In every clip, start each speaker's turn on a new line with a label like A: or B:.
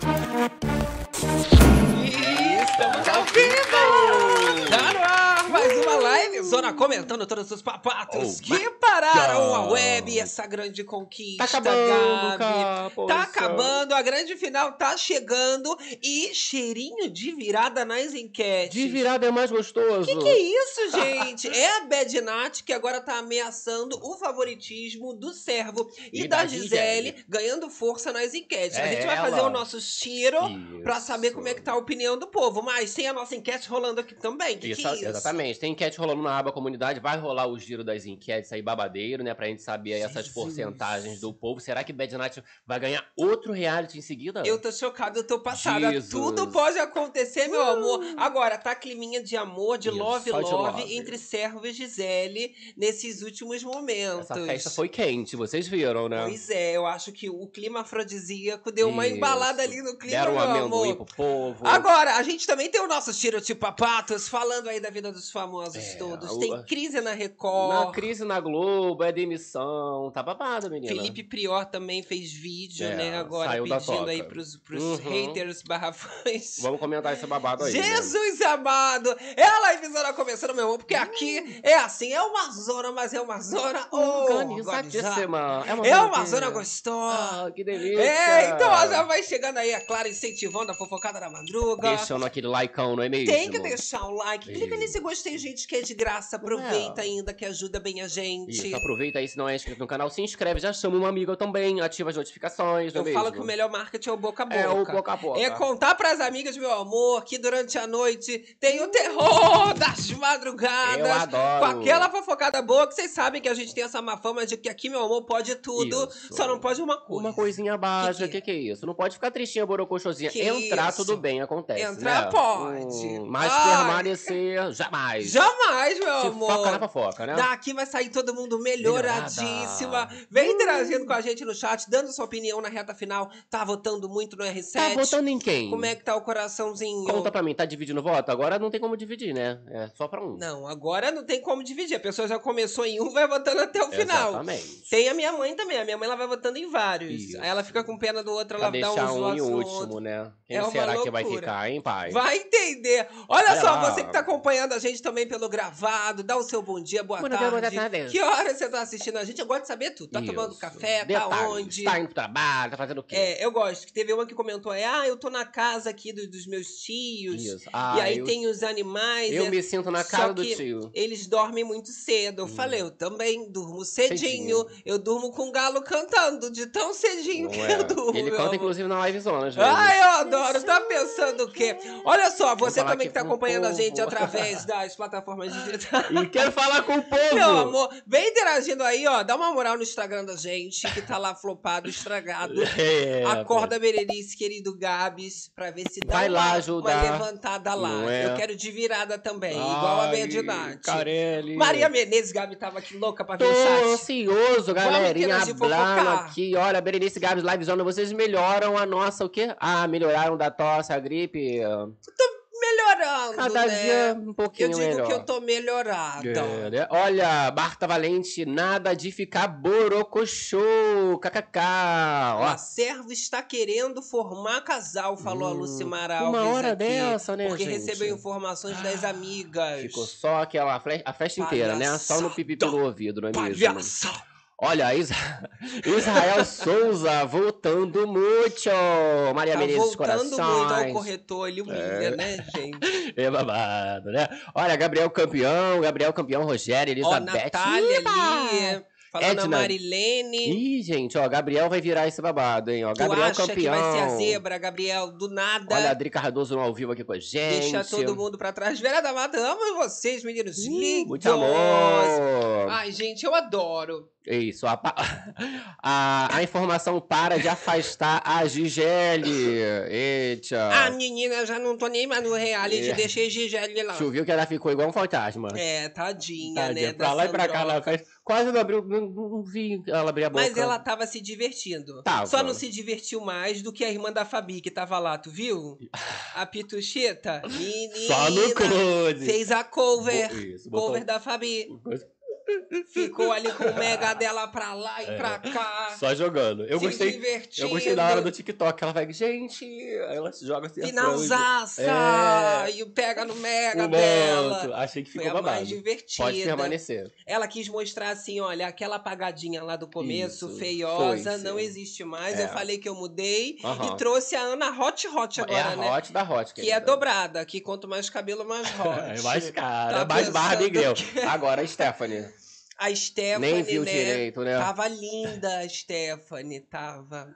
A: Tá Zona comentando todos os papatos oh, que pararam God. a web, essa grande conquista,
B: tá acabando,
A: Gabi. tá acabando, a grande final tá chegando e cheirinho de virada nas enquetes.
B: De virada é mais gostoso.
A: Que que é isso, gente? é a Bad Nat que agora tá ameaçando o favoritismo do Servo e, e da, da Gisele, Gisele, ganhando força nas enquetes. É a gente vai ela. fazer o nosso tiro para saber como é que tá a opinião do povo, mas tem a nossa enquete rolando aqui também. Que isso, que é isso?
B: Exatamente. Tem enquete rolando na aba comunidade, vai rolar o giro das enquetes aí babadeiro, né, pra gente saber Jesus. essas porcentagens do povo. Será que Bad Night vai ganhar outro reality em seguida?
A: Eu tô chocada, eu tô passada. Jesus. Tudo pode acontecer, meu uh. amor. Agora, tá climinha de amor, de, isso, love, love, de love, entre Servo e Gisele nesses últimos momentos.
B: Essa festa foi quente, vocês viram, né?
A: Pois é, eu acho que o clima afrodisíaco deu isso. uma embalada ali no clima,
B: Deram um
A: meu amor.
B: Pro povo.
A: Agora, a gente também tem o nosso tiro de papatos falando aí da vida dos famosos é, todos. O... Tem crise na Record.
B: Na crise na Globo, é demissão. Tá babado, menina.
A: Felipe Prior também fez vídeo, é, né? Agora pedindo aí pros, pros uhum. haters barrafãs.
B: Vamos comentar esse babado aí.
A: Jesus né? amado! É a livezona começando, meu amor, porque aqui é assim, é uma zona, mas é uma zona
B: organizadíssima.
A: É uma, é uma zona gostosa.
B: Ah, que delícia.
A: É, então ó, já vai chegando aí, é claro, incentivando a fofocada da madruga.
B: Deixando aquele likeão, não é mesmo?
A: Tem que deixar o like. Isso. Clica nesse gostei, gente, que é de graça. Aproveita é. ainda, que ajuda bem a gente.
B: Isso, aproveita aí, se não é inscrito no canal, se inscreve, já chama um amigo também, ativa as notificações. é
A: Eu
B: mesmo.
A: falo que o melhor marketing é o boca a boca.
B: É o boca a boca.
A: É contar pras amigas, meu amor, que durante a noite tem o terror das madrugadas.
B: Eu adoro.
A: Com aquela fofocada boa, que vocês sabem que a gente tem essa má fama de que aqui, meu amor, pode tudo, isso. só não pode uma coisa.
B: Uma coisinha básica, o que, que, que, é isso? Não pode ficar tristinha, borocochosinha. Que Entrar, isso? tudo bem, acontece.
A: Entrar,
B: né?
A: pode. Hum,
B: mas Ai. permanecer, jamais.
A: Jamais, meu Se amor.
B: é Foca na fofoca, né?
A: Daqui vai sair todo mundo melhoradíssima. Melhorada. Vem hum. interagindo com a gente no chat, dando sua opinião na reta final. Tá votando muito no R7?
B: Tá votando em quem?
A: Como é que tá o coraçãozinho?
B: Conta pra mim, tá dividindo voto? Agora não tem como dividir, né? É só pra um.
A: Não, agora não tem como dividir. A pessoa já começou em um, vai votando até o final.
B: Exatamente.
A: Tem a minha mãe também. A minha mãe ela vai votando em vários. Isso. Aí ela fica com pena do outro, pra ela dá uns
B: um
A: votos
B: e último, né? Quem é será que vai ficar, hein, pai?
A: Vai entender. né? Olha, Olha só, lá. você que tá acompanhando a gente também pelo gravado, dá o seu bom dia, boa, bom tarde. Dia, boa tarde. Que hora você tá assistindo a gente? Eu gosto de saber tudo. Tá Isso. tomando café, Detalhes. tá onde?
B: Tá indo pro trabalho, tá fazendo o quê?
A: É, eu gosto. Que teve uma que comentou, é, ah, eu tô na casa aqui do, dos meus tios. Isso. Ah, e aí eu... tem os animais.
B: Eu é... me sinto na casa do tio.
A: eles dormem muito cedo. Eu hum. falei, eu também durmo cedinho. cedinho. Eu durmo com o galo cantando, de tão cedinho Não que é. eu durmo.
B: Ele canta, inclusive, né, na live zona,
A: gente. Ah, eu adoro. Tá pensando o quê? Olha só, você também que tá acompanhando a gente através das plataformas digitais.
B: E quer falar com o povo.
A: é? Meu amor, vem interagindo aí, ó. Dá uma moral no Instagram da gente, que tá lá flopado, estragado. É, Acorda, Berenice, querido Gabs, pra ver se dá
B: Vai
A: uma,
B: lá ajudar.
A: uma levantada lá. É? Eu quero de virada também, Ai, igual a Berdinati.
B: Carelli.
A: Maria Menezes, Gabi, tava aqui louca pra ver
B: Tô
A: o chat.
B: ansioso, galerinha, hablando aqui. Olha, Berenice, Gabs, livezona, vocês melhoram a nossa, o quê? Ah, melhoraram da tosse, a gripe.
A: Tô melhorando.
B: Cada
A: né?
B: dia um pouquinho
A: melhor. Eu digo
B: melhor.
A: que eu tô melhorada. É,
B: né? Olha, Barta Valente, nada de ficar borocochô. KKK. Ó.
A: A serva está querendo formar casal, falou hum, a Lucimar Alves.
B: Uma hora
A: aqui,
B: dessa, né,
A: Porque
B: gente?
A: recebeu informações ah, das amigas.
B: Ficou só aquela fle- a festa inteira, né? Só no pipi pelo ouvido, não é
A: palhaçada.
B: mesmo? Palhaçada. Olha, Israel Souza voltando muito. Maria tá Menezes
A: Corações. Voltando muito ao corretor, ele humilha, é. né, gente?
B: É babado, né? Olha, Gabriel Campeão, Gabriel Campeão, Rogério, Elizabeth. Ó,
A: Natália Iba! ali. Falando Edna. a Marilene.
B: Ih, gente, ó, Gabriel vai virar esse babado, hein? Ó,
A: tu
B: Gabriel
A: acha
B: campeão. que
A: vai ser a zebra, Gabriel, do nada.
B: Olha, a Adri Cardoso no ao vivo aqui com a gente.
A: Deixa todo mundo pra trás. Vera da Mata, amo vocês, meninos uh, lindos.
B: Muito amor.
A: Ai, gente, eu adoro.
B: Isso, a, a, a, informação para de afastar a Gigeli. Eita.
A: A menina já não tô nem mais no reality, é. deixei Gigeli lá.
B: Tu viu que ela ficou igual um fantasma.
A: É, tadinha, tadinha né?
B: Pra lá Sandroca. e pra cá, ela faz, quase não abriu, não, não, vi ela abrir a boca.
A: Mas ela tava se divertindo.
B: Tava.
A: Só não se divertiu mais do que a irmã da Fabi, que tava lá, tu viu? A Pitucheta. Menina.
B: Só no crude.
A: Fez a cover. Bo isso, cover botou... da Fabi. Ficou ali com o mega dela pra lá e
B: É.
A: pra cá.
B: Só jogando. Eu
A: se
B: gostei.
A: divertindo.
B: Eu gostei da hora do TikTok. Ela vai, gente, aí ela se joga assim. a franja.
A: Finalzaça! E pega no mega
B: Um monto.
A: dela.
B: Achei que
A: Foi
B: ficou
A: a mais
B: babado.
A: divertida.
B: Pode permanecer.
A: Ela quis mostrar assim, olha, aquela apagadinha lá do começo,
B: Isso,
A: feiosa,
B: foi-se.
A: não existe mais.
B: É.
A: Eu falei que eu mudei
B: Aham.
A: e trouxe a Ana Hot Hot agora,
B: é a
A: né?
B: hot da hot.
A: Que
B: querida.
A: é dobrada, que quanto mais cabelo, mais hot.
B: É mais cara,
A: Tá
B: mais Barbie e Greu.
A: pensando
B: Agora a Stephanie.
A: A Stephanie,
B: Nem viu
A: né?
B: direito, né?
A: Tava linda a Stephanie, tava.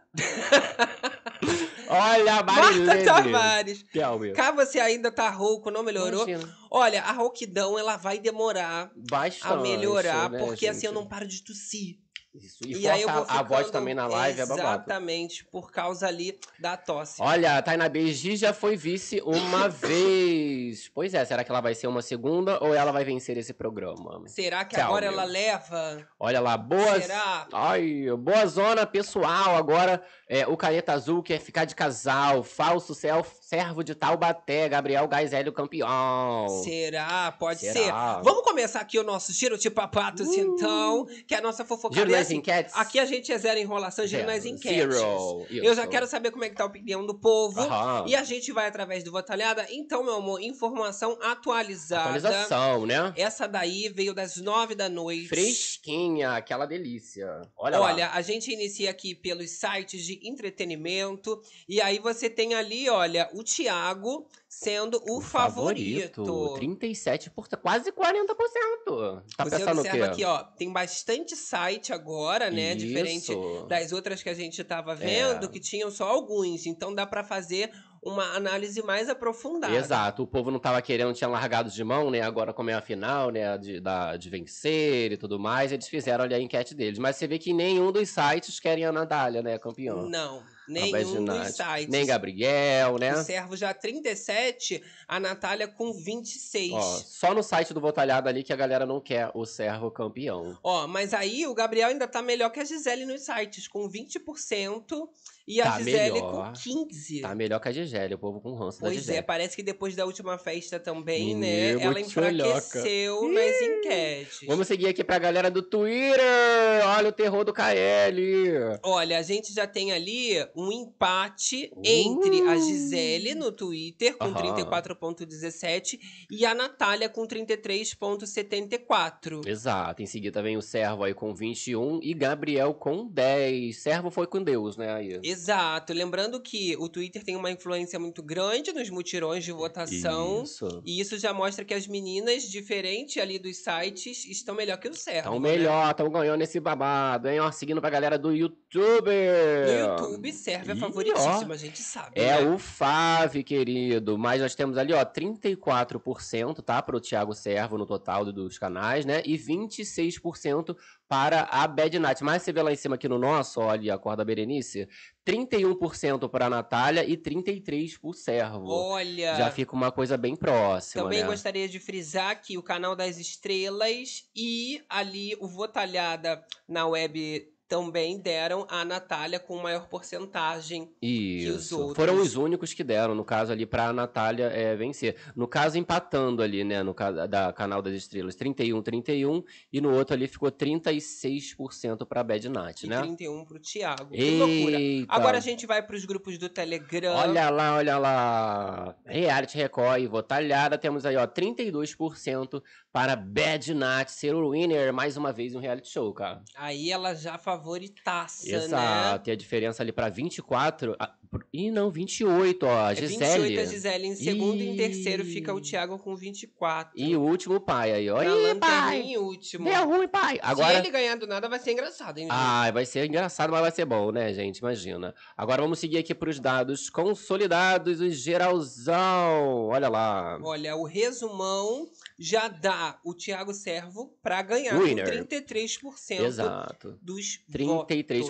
B: Olha a
A: Marta
B: Marilene.
A: Tavares.
B: Thelma.
A: Cá você ainda tá rouco, não melhorou?
B: Imagina.
A: Olha, a rouquidão, ela vai demorar
B: Bastante,
A: a melhorar,
B: né,
A: porque assim
B: gente?
A: eu não paro de tossir.
B: Isso. E, força a voz
A: ficando-
B: também na live, é babado.
A: Exatamente, por causa ali da tosse.
B: Olha, a Tainá Beji já foi vice uma vez. Pois é, será que ela vai ser uma segunda ou ela vai vencer esse programa?
A: Será que
B: Tchau,
A: agora
B: meu.
A: ela leva?
B: Olha lá, boas.
A: Será?
B: Ai, boa zona pessoal. Agora é, o Caneta Azul quer ficar de casal. Falso cel- servo de Taubaté, Gabriel Gazelho campeão.
A: Será? Pode
B: Será? Uh.
A: ser. Vamos começar aqui o nosso giro de papatos, então, que é a nossa
B: Giro
A: fofocaria.
B: nas enquetes.
A: Aqui a gente é zero enrolação, giro nas enquetes.
B: Zero.
A: Eu já quero saber como é que tá a opinião do povo.
B: Aham.
A: E a gente vai através do Votalhada. Então, meu amor, informação atualizada.
B: Atualização, né?
A: Essa daí veio das nove da noite.
B: Fresquinha, aquela delícia. Olha,
A: Olha,
B: lá.
A: a gente inicia aqui pelos sites de entretenimento. E aí você tem ali, olha, o Thiago sendo o, favorito.
B: 37 por quase 40%. Tá
A: você
B: pensando o quê?
A: observa aqui, ó, tem bastante site agora, né?
B: Isso. É.
A: Diferente das outras que a gente tava vendo, que tinham só alguns. Então dá pra fazer uma análise mais aprofundada.
B: Exato, o povo não tava querendo, tinha largado de mão, né? Agora, como é a final, né? De, da- de vencer e tudo mais, eles fizeram ali a enquete deles. Mas você vê que nenhum dos sites querem a Nadália, né? Campeã.
A: Não,
B: Talvez
A: nenhum dos
B: ginástica.
A: sites.
B: Nem Gabriel, né?
A: O servo já 37, a Natália com 26.
B: Ó, só no site do Botalhado ali que a galera não quer o servo campeão.
A: Ó, mas aí o Gabriel ainda tá melhor que a Gisele nos sites, com 20% e a
B: Tá
A: Gisele
B: melhor.
A: com 15%.
B: Tá melhor que a Gigélia, o povo com ranço da
A: Pois é,
B: Gigélia.
A: parece que depois da última festa também,
B: Menino,
A: né? Ela
B: tchulhoca.
A: enfraqueceu nas enquetes.
B: Vamos seguir aqui pra galera do Twitter. Olha o terror do KL.
A: Olha, a gente já tem ali um empate entre a Gisele no Twitter com
B: Uh! Aham.
A: 34.17 e a Natália com 33.74.
B: Exato. Em seguida vem o Servo aí com 21 e Gabriel com 10. Servo foi com Deus, né? Aí.
A: Exato. Lembrando que o Twitter tem uma influência muito grande nos mutirões de votação.
B: Isso.
A: E isso já mostra que as meninas, diferente ali dos sites, estão melhor que o né? certo.
B: Tão melhor, tão ganhando esse babado, hein? Ó, seguindo pra galera do YouTube.
A: No YouTube serve a
B: Ih,
A: favoritíssima, a gente sabe.
B: É
A: né?
B: o Fave, querido. Mas nós temos ali, ó, 34%, tá? Pro Thiago Servo no total do- dos canais, né? E 26% para a Bad Night. Mas você vê lá em cima aqui no nosso, ó, ali, a corda Berenice, 31% para a Natália e 33% pro Servo.
A: Olha.
B: Já fica uma coisa bem próxima,
A: Também
B: né?
A: gostaria de frisar que o canal das estrelas e ali o Votalhada na web também deram a Natália com maior porcentagem.
B: Isso.
A: os outros.
B: Foram os únicos que deram, no caso ali, pra Natália é, vencer. No caso, empatando ali, né, no caso da Canal das Estrelas, 31, 31, e no outro ali ficou 36% pra Bad Night,
A: E
B: né?
A: 31 pro Thiago. Que loucura.
B: Eita.
A: Agora a gente vai pros grupos do Telegram.
B: Olha lá, olha lá. Reality Record e Votalhada, temos aí, ó, 32% para Bad Night ser o winner, mais uma vez, um reality show, cara.
A: Aí ela já favoritaça, né?
B: Exato, e a diferença ali pra 24, ah, por- ih, não, 28, ó, a
A: É
B: Gisele.
A: 28 a Gisele em segundo e em terceiro
B: Ih.
A: fica o Thiago com 24.
B: E o último pai aí, ó.
A: Na
B: Ih,
A: lanterna
B: pai!
A: em último.
B: Deu ruim, pai!
A: Se
B: Agora. Ah.
A: ele ganhar do nada vai ser engraçado, hein? gente?
B: Ai, vai ser engraçado, mas vai ser bom, né, gente? Imagina. Agora vamos seguir aqui pros dados consolidados, o geralzão. Olha lá.
A: Olha, o resumão já dá o Thiago Servo pra ganhar
B: Winner.
A: com 33%
B: Exato.
A: dos 33%.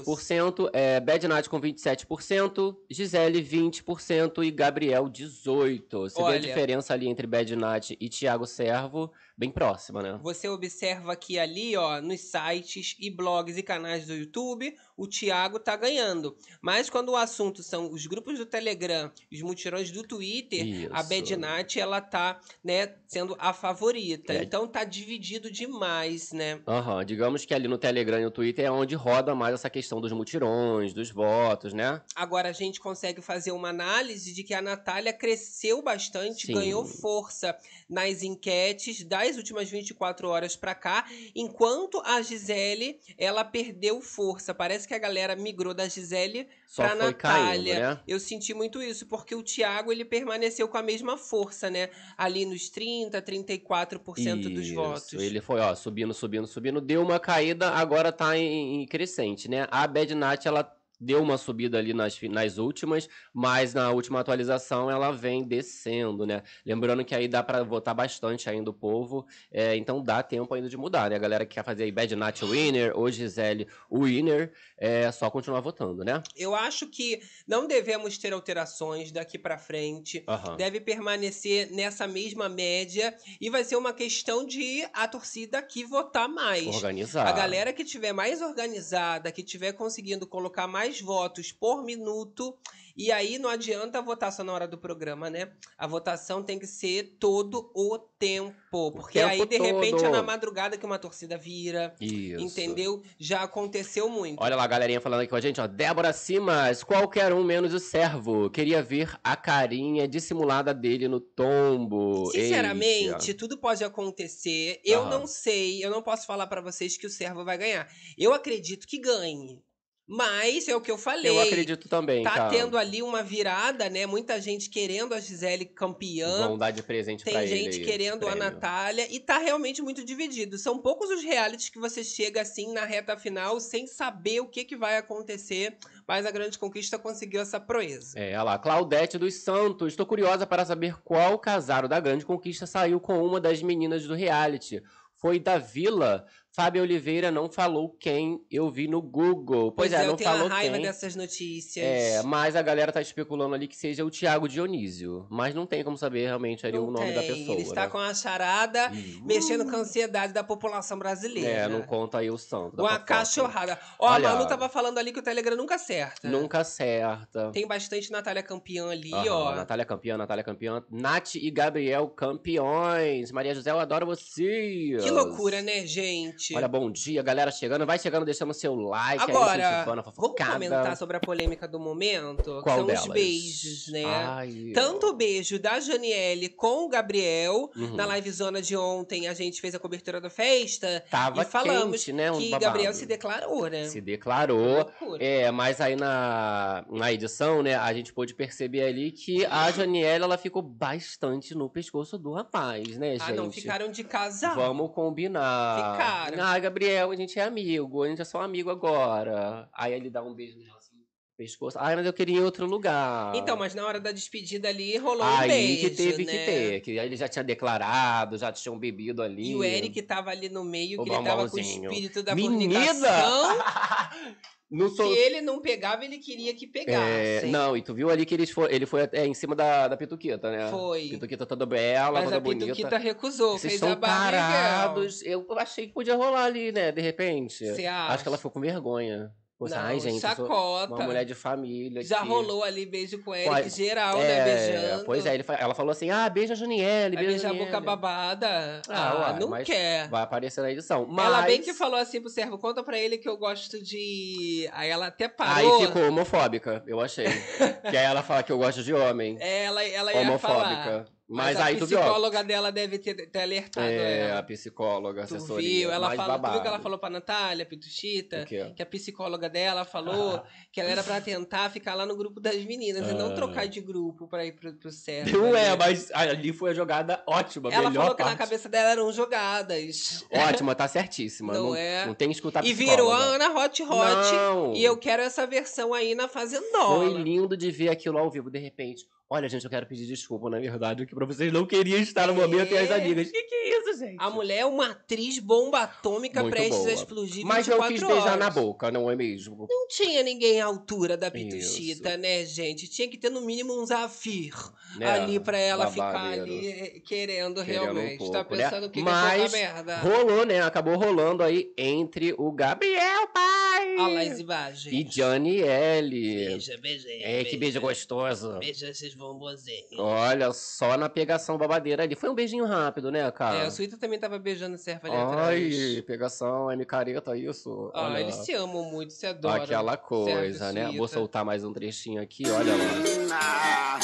B: 33%, é, Bad Night com 27%, Gisele 20% e Gabriel 18%. Você vê a
A: Olha.
B: diferença ali entre Bad Night e Thiago Servo, bem próxima, né?
A: Você observa que ali, ó, nos sites e blogs e canais do YouTube, o Tiago tá ganhando. Mas quando o assunto são os grupos do Telegram, os mutirões do Twitter,
B: Isso.
A: a Bednat, ela tá, né, sendo a favorita.
B: É.
A: Então tá dividido demais, né?
B: Aham, digamos que ali no Telegram e no Twitter é onde roda mais essa questão dos mutirões, dos votos, né?
A: Agora a gente consegue fazer uma análise de que a Natália cresceu bastante,
B: Sim.
A: ganhou força nas enquetes das últimas 24 horas pra cá, enquanto a Gisele, ela perdeu força. Parece que a galera migrou da Gisele.
B: Só
A: Pra
B: foi
A: Natália.
B: caindo, né?
A: Eu senti muito isso, porque o Thiago, ele permaneceu com a mesma força, né? Ali nos 30, 34% dos
B: Isso,
A: votos.
B: Ele foi, ó, subindo, subindo, subindo, deu uma caída, agora tá em, em crescente, né? A Bad Nat, ela deu uma subida ali nas, fi- nas últimas, mas na última atualização ela vem descendo, né? Lembrando que aí dá pra votar bastante ainda o povo, é, então dá tempo ainda de mudar, né? A galera que quer fazer aí Bad Nat Winner ou Gisele Winner, é só continuar votando, né?
A: Eu acho que não devemos ter alterações daqui pra frente.
B: Aham.
A: deve permanecer nessa mesma média e vai ser uma questão de a torcida que votar mais.
B: Organizar.
A: A galera que tiver mais organizada, que tiver conseguindo colocar mais votos por minuto, e aí não adianta votar só na hora do programa, né? A votação tem que ser todo o tempo, porque
B: tempo
A: aí de
B: todo.
A: repente é na madrugada que uma torcida vira,
B: Isso.
A: entendeu? Já aconteceu muito.
B: Olha lá a galerinha falando aqui com a gente, ó. Débora Simas, qualquer um menos o servo. Queria ver a carinha dissimulada dele no tombo.
A: Sinceramente, tudo pode acontecer. Eu
B: Aham.
A: não sei, eu não posso falar pra vocês que o servo vai ganhar. Eu acredito que ganhe. Mas é o que eu
B: Eita.
A: falei.
B: eu acredito também,
A: Tá
B: cara.
A: tendo ali uma virada, né? Muita gente querendo a Gisele campeã.
B: Vão dar de presente pra
A: Tem
B: ele.
A: gente
B: aí,
A: querendo a
B: prêmio.
A: Natália e tá realmente muito dividido. São poucos os realities que você chega assim na reta final sem saber o que, que vai acontecer, mas a Grande Conquista conseguiu essa proeza.
B: É, olha lá, Claudete dos Santos. Tô curiosa para saber qual casado da Grande Conquista saiu com uma das meninas do reality. Foi da Vila. Fábio Oliveira não falou quem eu vi no Google. Pois, é,
A: Então, eu
B: não
A: tenho
B: falou
A: a raiva
B: quem.
A: dessas notícias.
B: É, mas a galera tá especulando ali que seja o Thiago Dionísio. Mas não tem como saber realmente ali
A: Não
B: o nome da
A: tem.
B: pessoa.
A: Ele está
B: né?
A: com a charada,
B: Ih.
A: mexendo com a ansiedade da população brasileira.
B: É, não conta aí o santo. da
A: Uma
B: fofoca.
A: cachorrada. Ó,
B: Olha-
A: a Malu tava falando ali que o Telegram nunca acerta.
B: Nunca acerta.
A: Tem bastante Natália campeã ali,
B: Aham,
A: ó.
B: Natália é campeã, Natália campeã. Nath e Gabriel campeões. Maria José, eu adoro você.
A: Que loucura, né, gente?
B: Olha, bom dia, galera chegando. Vai chegando, deixando seu like. aí,
A: Agora,
B: incentivando a
A: Vamos
B: fofocada.
A: comentar sobre a polêmica do momento? que
B: Qual
A: são
B: delas? Ah,
A: os beijos, né?
B: Ai,
A: Tanto o beijo da Janiele com o Gabriel.
B: uhum.
A: Na livezona de ontem, a gente fez a cobertura da festa.
B: Tava
A: e falamos
B: quente, né? Um
A: que
B: babado.
A: Gabriel se declarou, né?
B: se declarou.
A: Loucura.
B: É, mas aí na, na edição, né, a gente pôde perceber ali que a Janiela, ela ficou bastante no pescoço do rapaz, né, gente?
A: ah, não, ficaram de casal.
B: Vamos combinar.
A: Ficaram.
B: Ah, Gabriel, a gente é amigo, a gente é só amigo agora. Aí ele dá um beijo nela, assim, no pescoço. Ai, mas eu queria ir em outro lugar.
A: Então, mas na hora da despedida ali rolou um
B: Aí
A: beijo,
B: que teve
A: né?
B: que ter, que aí ele já tinha declarado, já tinham bebido ali.
A: E o Eric tava ali no meio,
B: O
A: que ele tava com o
B: bombonzinho.
A: espírito da fornicação.
B: Menina! Não
A: Se
B: sou
A: ele não pegava, ele queria que
B: É,
A: pegasse.
B: não, e tu viu ali que eles foi, ele foi até em cima da, da Pituquita, né?
A: Foi.
B: Pituquita toda bela,
A: mas
B: toda
A: a
B: bonita.
A: Pituquita recusou,
B: Vocês
A: fez a
B: estão
A: barriga.
B: parados. Eu achei que podia rolar ali, né? De repente.
A: Você acha?
B: Acho que ela ficou com vergonha. Pô,
A: Não,
B: Ai, gente, eu sou
A: chacota.
B: uma mulher de família.
A: Já
B: aqui.
A: rolou ali beijo com o Eric,
B: Olha,
A: geral, né?
B: É,
A: Beijando.
B: pois é, ele fa- ela falou assim: ah, beija a Janiele,
A: Aí
B: beija
A: beija a
B: Janiele.
A: boca babada.
B: Ah,
A: Ah,
B: uai,
A: não
B: mas-
A: quer.
B: Vai aparecer na edição. Mas...
A: Ela bem que falou assim pro servo, conta pra ele que eu gosto de... Aí ela até
B: Aí
A: parou.
B: ficou homofóbica, eu achei. que aí ela fala que eu gosto de homem.
A: É, Ela, ela ia falar.
B: homofóbica. Mas,
A: a
B: aí tu viu. ó,
A: psicóloga dela deve ter, ter alertado
B: É, a
A: ela.
B: psicóloga,
A: Tu
B: assessoria.
A: viu? Ela
B: mais
A: fala, tu viu
B: babado.
A: que ela falou né? pra Natália, Pituchita?
B: O quê?
A: Que a psicóloga dela falou que ela era pra tentar ficar lá no grupo das meninas e não
B: Ah.
A: trocar de grupo pra ir pro, pro certo.
B: Não é,
A: né?
B: mas ali foi a jogada ótima,
A: Ela
B: melhor
A: falou que na
B: parte.
A: cabeça dela eram jogadas.
B: Ótima, tá certíssima.
A: Não
B: Não,
A: é?
B: não tem que escutar
A: E
B: psicóloga.
A: virou a Ana Hot Hot.
B: Não.
A: E eu quero essa versão aí na Fazendola.
B: Foi lindo de ver aquilo ao vivo, de repente. Olha, gente, eu quero pedir desculpa, na verdade, que pra vocês não queria estar no momento e as
A: É.
B: amigas. Que que é isso,
C: presente.
A: A mulher é uma atriz bomba atômica
B: Muito
A: prestes
B: boa.
A: a explodir
B: Mas não quis
A: 24
B: beijar
A: horas.
B: na boca, não é mesmo?
A: Não tinha ninguém à altura da Pituchita, né, gente? Tinha que ter no mínimo um Zafir
B: Né?
A: ali pra ela ficar
B: Babadeiro.
A: ali eh, querendo,
B: Querendo um
A: realmente. tá
B: pouco, né?
A: pensando que
B: Mas-
A: vai contar merda.
B: Rolou, né? Acabou rolando aí entre o Gabriel Pai
A: A Laís Bagem.
B: e Johnny L.
A: Beija, beija.
B: É, que beijo gostoso.
A: Beija esses bombonzinhos.
B: Olha, só na pegação babadeira ali. Foi um beijinho rápido, né,
A: É,
B: cara?
A: a Suíta também tava beijando serva ali
B: Ai,
A: atrás.
B: pegação, M careta, isso.
A: Ah,
B: Olha.
A: eles se amam muito, se adoram.
B: Aquela coisa,
A: Serve
B: né?
A: suíta.
B: Vou soltar mais um trechinho aqui, olha lá.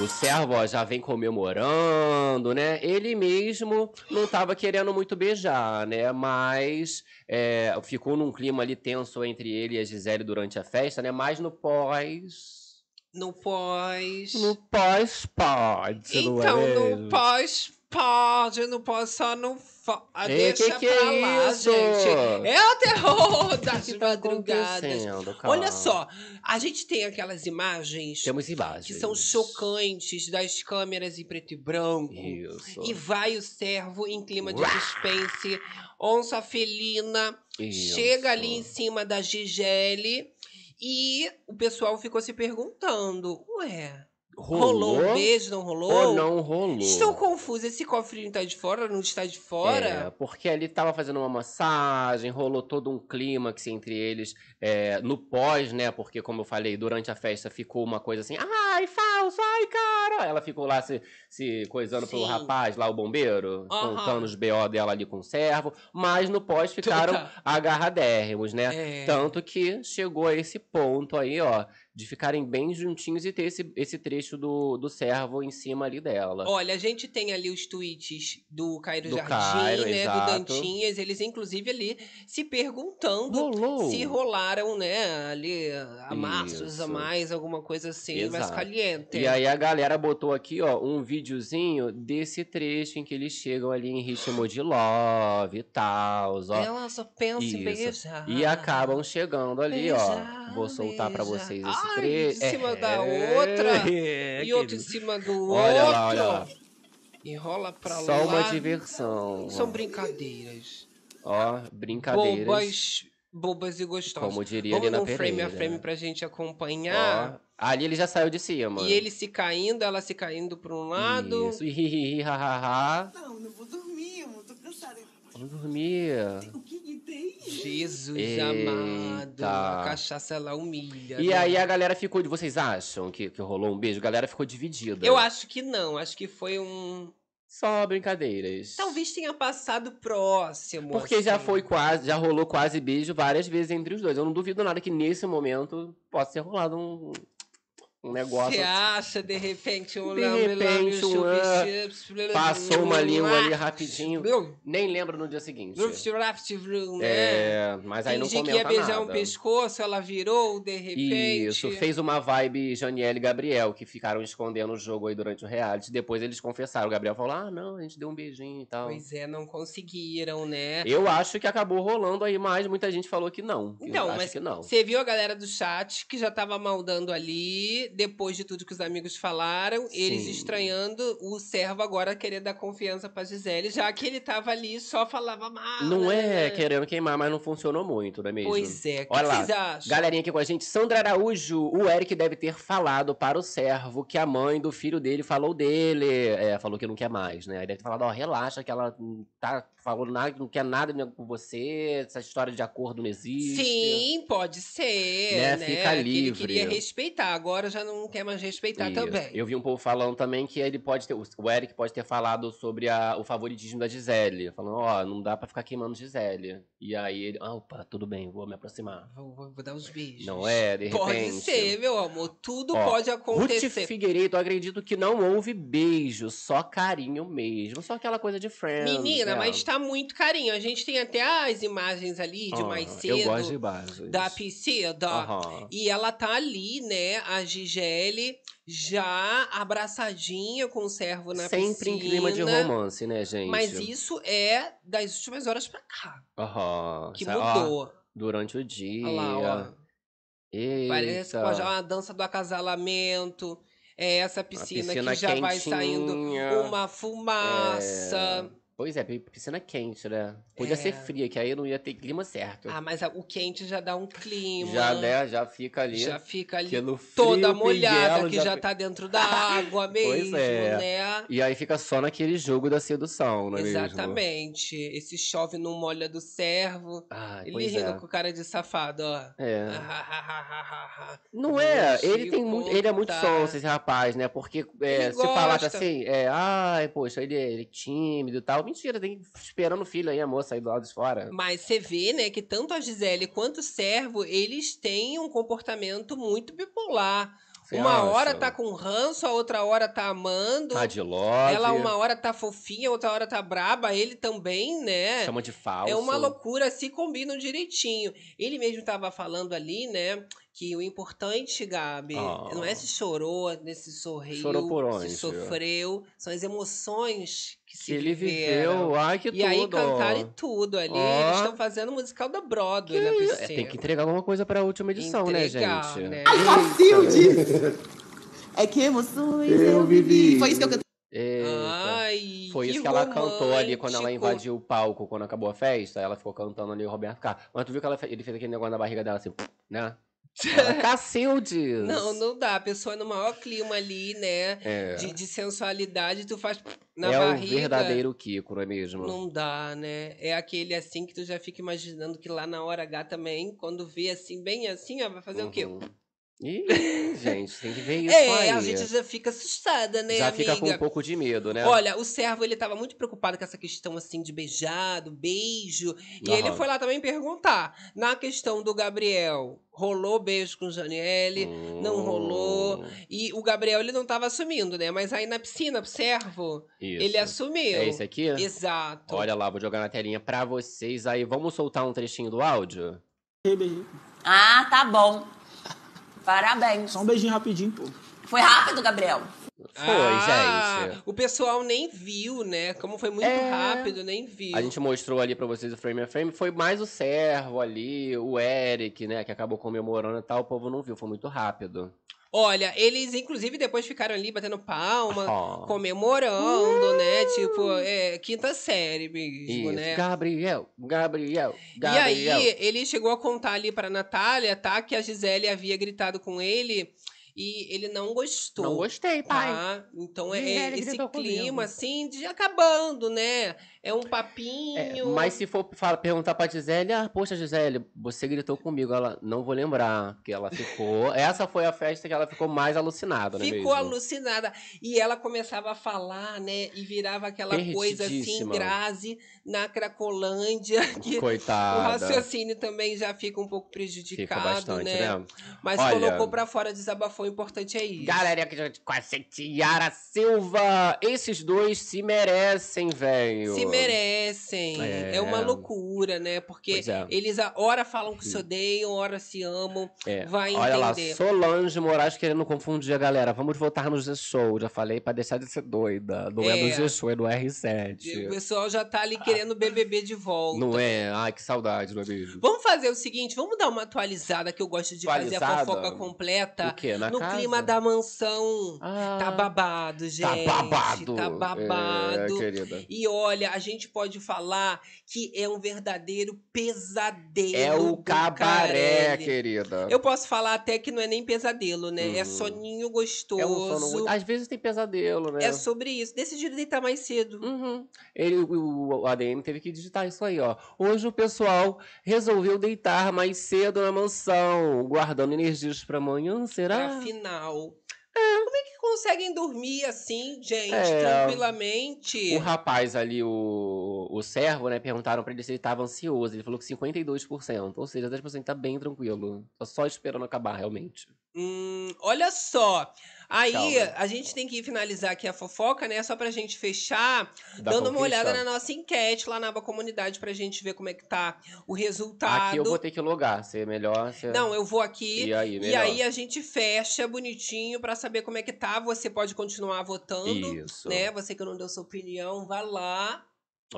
B: O servo ó, já vem comemorando, né? Ele mesmo não tava querendo muito beijar, né? Mas é, ficou num clima ali tenso entre ele e a Gisele durante a festa, né? Mas no pós.
A: No pós.
B: No pós pode, não é
A: Então,
B: mesmo?
A: no pós, pode, no pós, só não. Fo... Ah,
B: Ei,
A: deixa
B: que que
A: pra
B: é
A: lá,
B: isso?
A: gente. É o terror
B: O que
A: das
B: que tá
A: madrugadas.
B: acontecendo, cara?
A: Olha só, a gente tem aquelas imagens
B: Temos imagens.
A: que são chocantes das câmeras em preto e branco.
B: Isso.
A: E vai o servo em clima de suspense. Onça felina
B: isso.
A: chega ali em cima da Gigele e o pessoal ficou se perguntando: Ué, rolou, um beijo, não rolou?
B: ou não rolou?
A: Estou confusa. Esse cofrinho tá de fora, não está de
B: É,
A: fora?
B: porque ele tava fazendo uma massagem, rolou todo um clímax entre eles é, no pós, né? Porque, como eu falei, durante a festa ficou uma coisa assim, ai, falso, ai, cara. Ela ficou lá se, se coisando pelo
A: Sim.
B: rapaz, lá o bombeiro,
A: Aham.
B: contando os BO dela ali com o servo, mas no pós ficaram
A: Tá.
B: agarradérrimos, né?
A: É.
B: Tanto que chegou a esse ponto aí, ó, de ficarem bem juntinhos e ter esse, esse trecho do, do servo em cima ali dela.
A: Olha, a gente tem ali os tweets do Cairo
B: Do
A: Jardim,
B: Cairo,
A: né?
B: exato.
A: Do Dantinhas. Eles, inclusive, ali se perguntando
B: Rolou.
A: se rolaram, né? Ali, amassos a
B: Isso.
A: mais, alguma coisa assim, mais
B: Exato.
A: caliente.
B: E aí a galera botou aqui, ó, um videozinho desse trecho em que eles chegam ali em ritmo de love e tal, ó.
A: Ela só pensa em
B: Isso.
A: beijar.
B: E acabam chegando ali, ó.
A: Beijar,
B: Vou soltar pra
A: beijar.
B: vocês
A: Ai,
B: esse É, trecho.
A: de cima da outra. E outro em cima do
B: Olha
A: outro.
B: lá, olha lá.
A: E rola pra
B: Só
A: lá.
B: uma diversão.
A: São brincadeiras.
B: Ó, brincadeiras.
A: Bobas, bobas e gostosas.
B: Como diria
A: Vamos
B: Helena
A: num frame a
B: Pereira. né?
A: frame pra gente acompanhar.
B: Ó, ali ele já saiu de cima.
A: e ele se caindo, ela se caindo pra um lado.
B: Isso, e hi, hi, hi, ha, ha, ha.
D: Não, eu vou dormir, eu tô cansada.
B: Vamos dormir.
D: O que que tem?
A: Jesus
B: Eita.
A: amado. A cachaça ela humilha.
B: E
A: né?
B: aí a galera ficou. de- Vocês acham que, que rolou um beijo? A galera ficou dividida.
A: Eu acho que não, acho que foi um.
B: Só brincadeiras.
A: Talvez tenha passado próximo.
B: Porque já
A: assim.
B: foi quase, já rolou quase beijo várias vezes entre os dois. Eu não duvido nada que nesse momento possa ter rolado um, um negócio.
A: Você acha, de repente, um
B: De
A: lambe, lambe,
B: repente, um,
A: chup,
B: ah,
A: chups, blá, blá,
B: Passou uma
A: blá,
B: língua ali
A: blá.
B: rapidinho.
A: Meu,
B: Nem lembro no dia seguinte.
A: ruft, raft, vrum, tipo, né?
B: É, mas aí não
A: Fingi
B: comenta
A: que ia beijar
B: nada.
A: um pescoço, ela virou de repente.
B: Isso, fez uma vibe Janiele e Gabriel, que ficaram escondendo o jogo aí durante o reality. Depois eles confessaram. O Gabriel falou: ah, não, a gente deu um beijinho e tal.
A: Pois é, não conseguiram, né?
B: Eu acho que acabou rolando aí, mas muita gente falou que não. Eu
A: Então,
B: acho
A: mas
B: que não.
A: Você viu a galera do chat que já tava maldando ali, depois de tudo que os amigos falaram, eles
B: Sim.
A: estranhando o servo agora querer dar confiança pra Gisele, já que ele tava ali e só falava mal.
B: Não é
A: que
B: querendo queimar, mas não funcionou muito, não é mesmo?
A: né? Pois é, o que
B: Olha lá,
A: vocês acham?
B: Galerinha aqui com a gente, Sandra Araújo. O Eric deve ter falado para o servo que a mãe do filho dele falou dele. É, falou que não quer mais, né? Aí deve ter falado, ó, relaxa, que ela não tá falando nada, que não quer nada né, com você, essa história de acordo não existe.
A: Sim, pode ser,
B: Né,
A: né?
B: fica
A: Que ele
B: livre.
A: queria respeitar, agora já não quer mais respeitar
B: Isso.
A: também.
B: Eu vi um povo falando também que ele pode ter. O Eric pode ter falado sobre a- o favoritismo da Gisele. Falando, ó, não dá pra ficar queimando Gisele. E aí ele, ah, opa, tudo bem, vou me aproximar.
A: Vou, vou- vou dar uns beijos.
B: Não é, de
A: Pode
B: repente.
A: ser, meu amor. Tudo
B: Ó,
A: pode
B: Ruth
A: acontecer.
B: Figueiredo, eu acredito que não houve beijo, só carinho mesmo. Só aquela coisa de friends.
A: Menina,
B: né?
A: mas tá muito carinho. A gente tem até as imagens ali de
B: Aham,
A: mais
B: Ah, Eu gosto de
A: cedo
B: bases.
A: da piscina.
B: Aham.
A: E ela tá ali, né, a Gigele, já abraçadinha com o servo na
B: Sempre
A: piscina.
B: em clima de romance, né, gente?
A: Mas isso é das últimas horas pra cá,
B: Aham.
A: que
B: Sa- é, ó,
A: mudou.
B: durante o dia.
A: Olha lá, ó.
B: Eita.
A: Parece que já uma dança do acasalamento. É essa
B: Uma
A: piscina, que já vai
B: quentinha. É.
A: saindo uma fumaça.
B: Pois é, piscina quente, né? Podia
A: É.
B: ser fria, que aí não ia ter clima certo.
A: Ah, mas a- o quente já dá um clima.
B: já, né? Já fica ali.
A: Já fica ali
B: que é no
A: toda
B: frio,
A: molhada,
B: pinguelo,
A: que já tá dentro da água mesmo,
B: é.
A: né?
B: E aí fica só naquele jogo da sedução, não é mesmo?
A: Exatamente. Esse chove não molha do servo.
B: Ai,
A: Ele
B: pois
A: rindo
B: é.
A: com cara de safado, ó.
B: É.
A: Ah,
B: Não é,
A: Vou
B: ele
A: te
B: tem muito, ele é muito
A: contar.
B: sonso esse rapaz, né? Porque é,
A: tá? Ele
B: se falar
A: gosta.
B: assim, é, ai, poxa, ele, ele é tímido e tal. Mentira, tem esperando o filho aí, a moça aí do lado de fora.
A: Mas você vê, né, que tanto a Gisele quanto o Servo, eles têm um comportamento muito bipolar.
B: Você
A: uma
B: acha?
A: hora tá com ranço, a outra hora tá amando.
B: tá de loja,
A: Ela uma hora tá fofinha, outra hora tá braba, ele também, né?
B: chama de falso.
A: É uma loucura, se combinam direitinho. Ele mesmo tava falando ali, né, que o importante, Gabi,
B: Ah.
A: não é se chorou, né, se sorriu,
B: Chorou por onde?
A: se sofreu, são as emoções que, se
B: Que ele
A: viveram.
B: viveu, ai que
A: E aí
B: tudo.
A: cantaram e tudo ali.
B: Ó.
A: Eles estão fazendo o musical da Broadway na
B: É,
A: piscina.
B: tem que entregar alguma coisa pra última edição,
A: Entregar,
B: né, gente?
A: né?
D: Facilde! É que emoções eu, vivi. Foi isso que eu cantei.
B: Eita.
A: Ai,
B: Foi
A: que
B: isso que ela cantou ali quando ela
A: romântico.
B: invadiu o palco, quando acabou a festa. Ela ficou cantando ali o Roberto Carlos. Mas tu viu que ela fe- ele fez aquele negócio na barriga dela assim, né? Ela, Cacildes!
A: Não, não dá. A pessoa é no maior clima ali, né?
B: É,
A: De, de sensualidade, tu faz na
B: é
A: barriga.
B: o verdadeiro Kiko, não é mesmo?
A: Não dá, né? É aquele assim que tu já fica imaginando que lá na hora H também, quando vê assim, bem assim, ó, vai fazer o quê?
B: Uhum. Ih, gente, tem que ver isso aí.
A: É, a gente já fica assustada, né,
B: Já
A: amiga?
B: fica com um pouco de medo, né?
A: Olha, o servo ele tava muito preocupado com essa questão assim de beijado, beijo. E
B: Aham.
A: ele foi lá também perguntar. Na questão do Gabriel, rolou beijo com Janiele. não rolou.
B: Hum,
A: E o Gabriel ele não tava assumindo, né? Mas aí na piscina, pro servo,
B: Isso.
A: ele assumiu.
B: É esse aqui?
A: Exato.
B: Olha lá, vou jogar na telinha pra vocês aí. Vamos soltar um trechinho do áudio?
C: Ah, tá bom. Parabéns.
E: Só um beijinho rapidinho, pô.
C: Foi rápido, Gabriel.
B: Foi,
A: Ah,
B: gente.
A: O pessoal nem viu, né? Como foi muito
B: É.
A: rápido, nem viu.
B: A gente mostrou ali pra vocês o frame a frame. Foi mais o Servo ali, o Eric, né? Que acabou comemorando e tal. O povo não viu, foi muito rápido.
A: Olha, eles inclusive depois ficaram ali batendo palma,
B: Ó.
A: comemorando, né?
B: Uh!
A: Tipo, é, quinta série mesmo,
B: Isso.
A: né?
B: Gabriel, Gabriel,
A: E
B: Gabriel.
A: aí, ele chegou a contar ali pra Natália, tá? Que a Gisele havia gritado com ele e ele não gostou.
B: Não gostei, pai.
A: Tá? Então é
B: Gisele
A: esse clima,
B: gritou comigo.
A: assim, de acabando, né? É um papinho.
B: É, mas se for falar- perguntar pra Gisele, ah, poxa, Gisele, você gritou comigo. Ela, não vou lembrar, porque ela ficou. Essa foi a festa que ela ficou mais alucinada, né?
A: Ficou alucinada. E ela começava a falar, né? E virava aquela coisa assim,
B: Perdidíssima.
A: Grazi, na Cracolândia. Que o
B: Coitada.
A: raciocínio também já fica um pouco
B: Fica
A: prejudicado,
B: bastante,
A: né?
B: né?
A: Mas
B: Olha-
A: colocou pra fora, desabafou. O importante é isso.
B: Galera que já com a gente, Yara Silva. Esses dois se merecem, velho.
A: se merecem. É.
B: É.
A: uma loucura, né? Porque
B: Pois é. Hum.
A: eles a hora falam que se odeiam, hora se amam.
B: É.
A: Vai
B: Olha lá,
A: entender.
B: Solange Moraes querendo confundir a galera. Vamos votar no G-Show. Já falei pra deixar de ser doida. Não é,
A: É.
B: no G-Show, é no
A: O
B: R7.
A: pessoal já tá ali querendo BBB de volta.
B: Ah. Não é? Ai, que saudade, não é mesmo?
A: Vamos fazer o seguinte, vamos dar uma atualizada que eu gosto de fazer a
B: Atualizada?
A: fofoca completa
B: O quê? Na
A: Tá no
B: casa?
A: clima da mansão.
B: Ah,
A: Tá babado, gente.
B: Tá babado.
A: Tá babado.
B: É, querida.
A: E olha, a gente pode falar que é um verdadeiro pesadelo.
B: É o
A: do
B: cabaré,
A: Carelli.
B: querida.
A: Eu posso falar até que não é nem pesadelo, né? É
B: Uhum.
A: soninho gostoso.
B: É um sono muito- Às vezes tem pesadelo, né?
A: É sobre isso. Decidiram deitar mais cedo.
B: Uhum. Ele, o, o ADM teve que digitar isso aí, ó. Hoje o pessoal resolveu deitar mais cedo na mansão, guardando energias pra amanhã, será?
A: Pra final. Como é que conseguem dormir assim, gente,
B: É.
A: tranquilamente?
B: O rapaz ali, o, o servo, né, perguntaram pra ele se ele tava ansioso. Ele falou que 52%, ou seja, 10% tá bem tranquilo. Tá só esperando acabar, realmente.
A: Hum, olha só. Aí
B: Calma.
A: a gente tem que finalizar aqui a fofoca, né? Só pra gente fechar,
B: Da
A: dando uma
B: conquista.
A: olhada na nossa enquete lá na aba comunidade pra gente ver como é que tá o resultado.
B: Aqui eu vou ter que logar, se é melhor... Se...
A: Não, eu vou aqui.
B: E aí,
A: E
B: melhor.
A: aí a gente fecha bonitinho pra saber como é que tá. Você pode continuar votando,
B: Isso.
A: né? Você que não deu sua opinião, vai lá.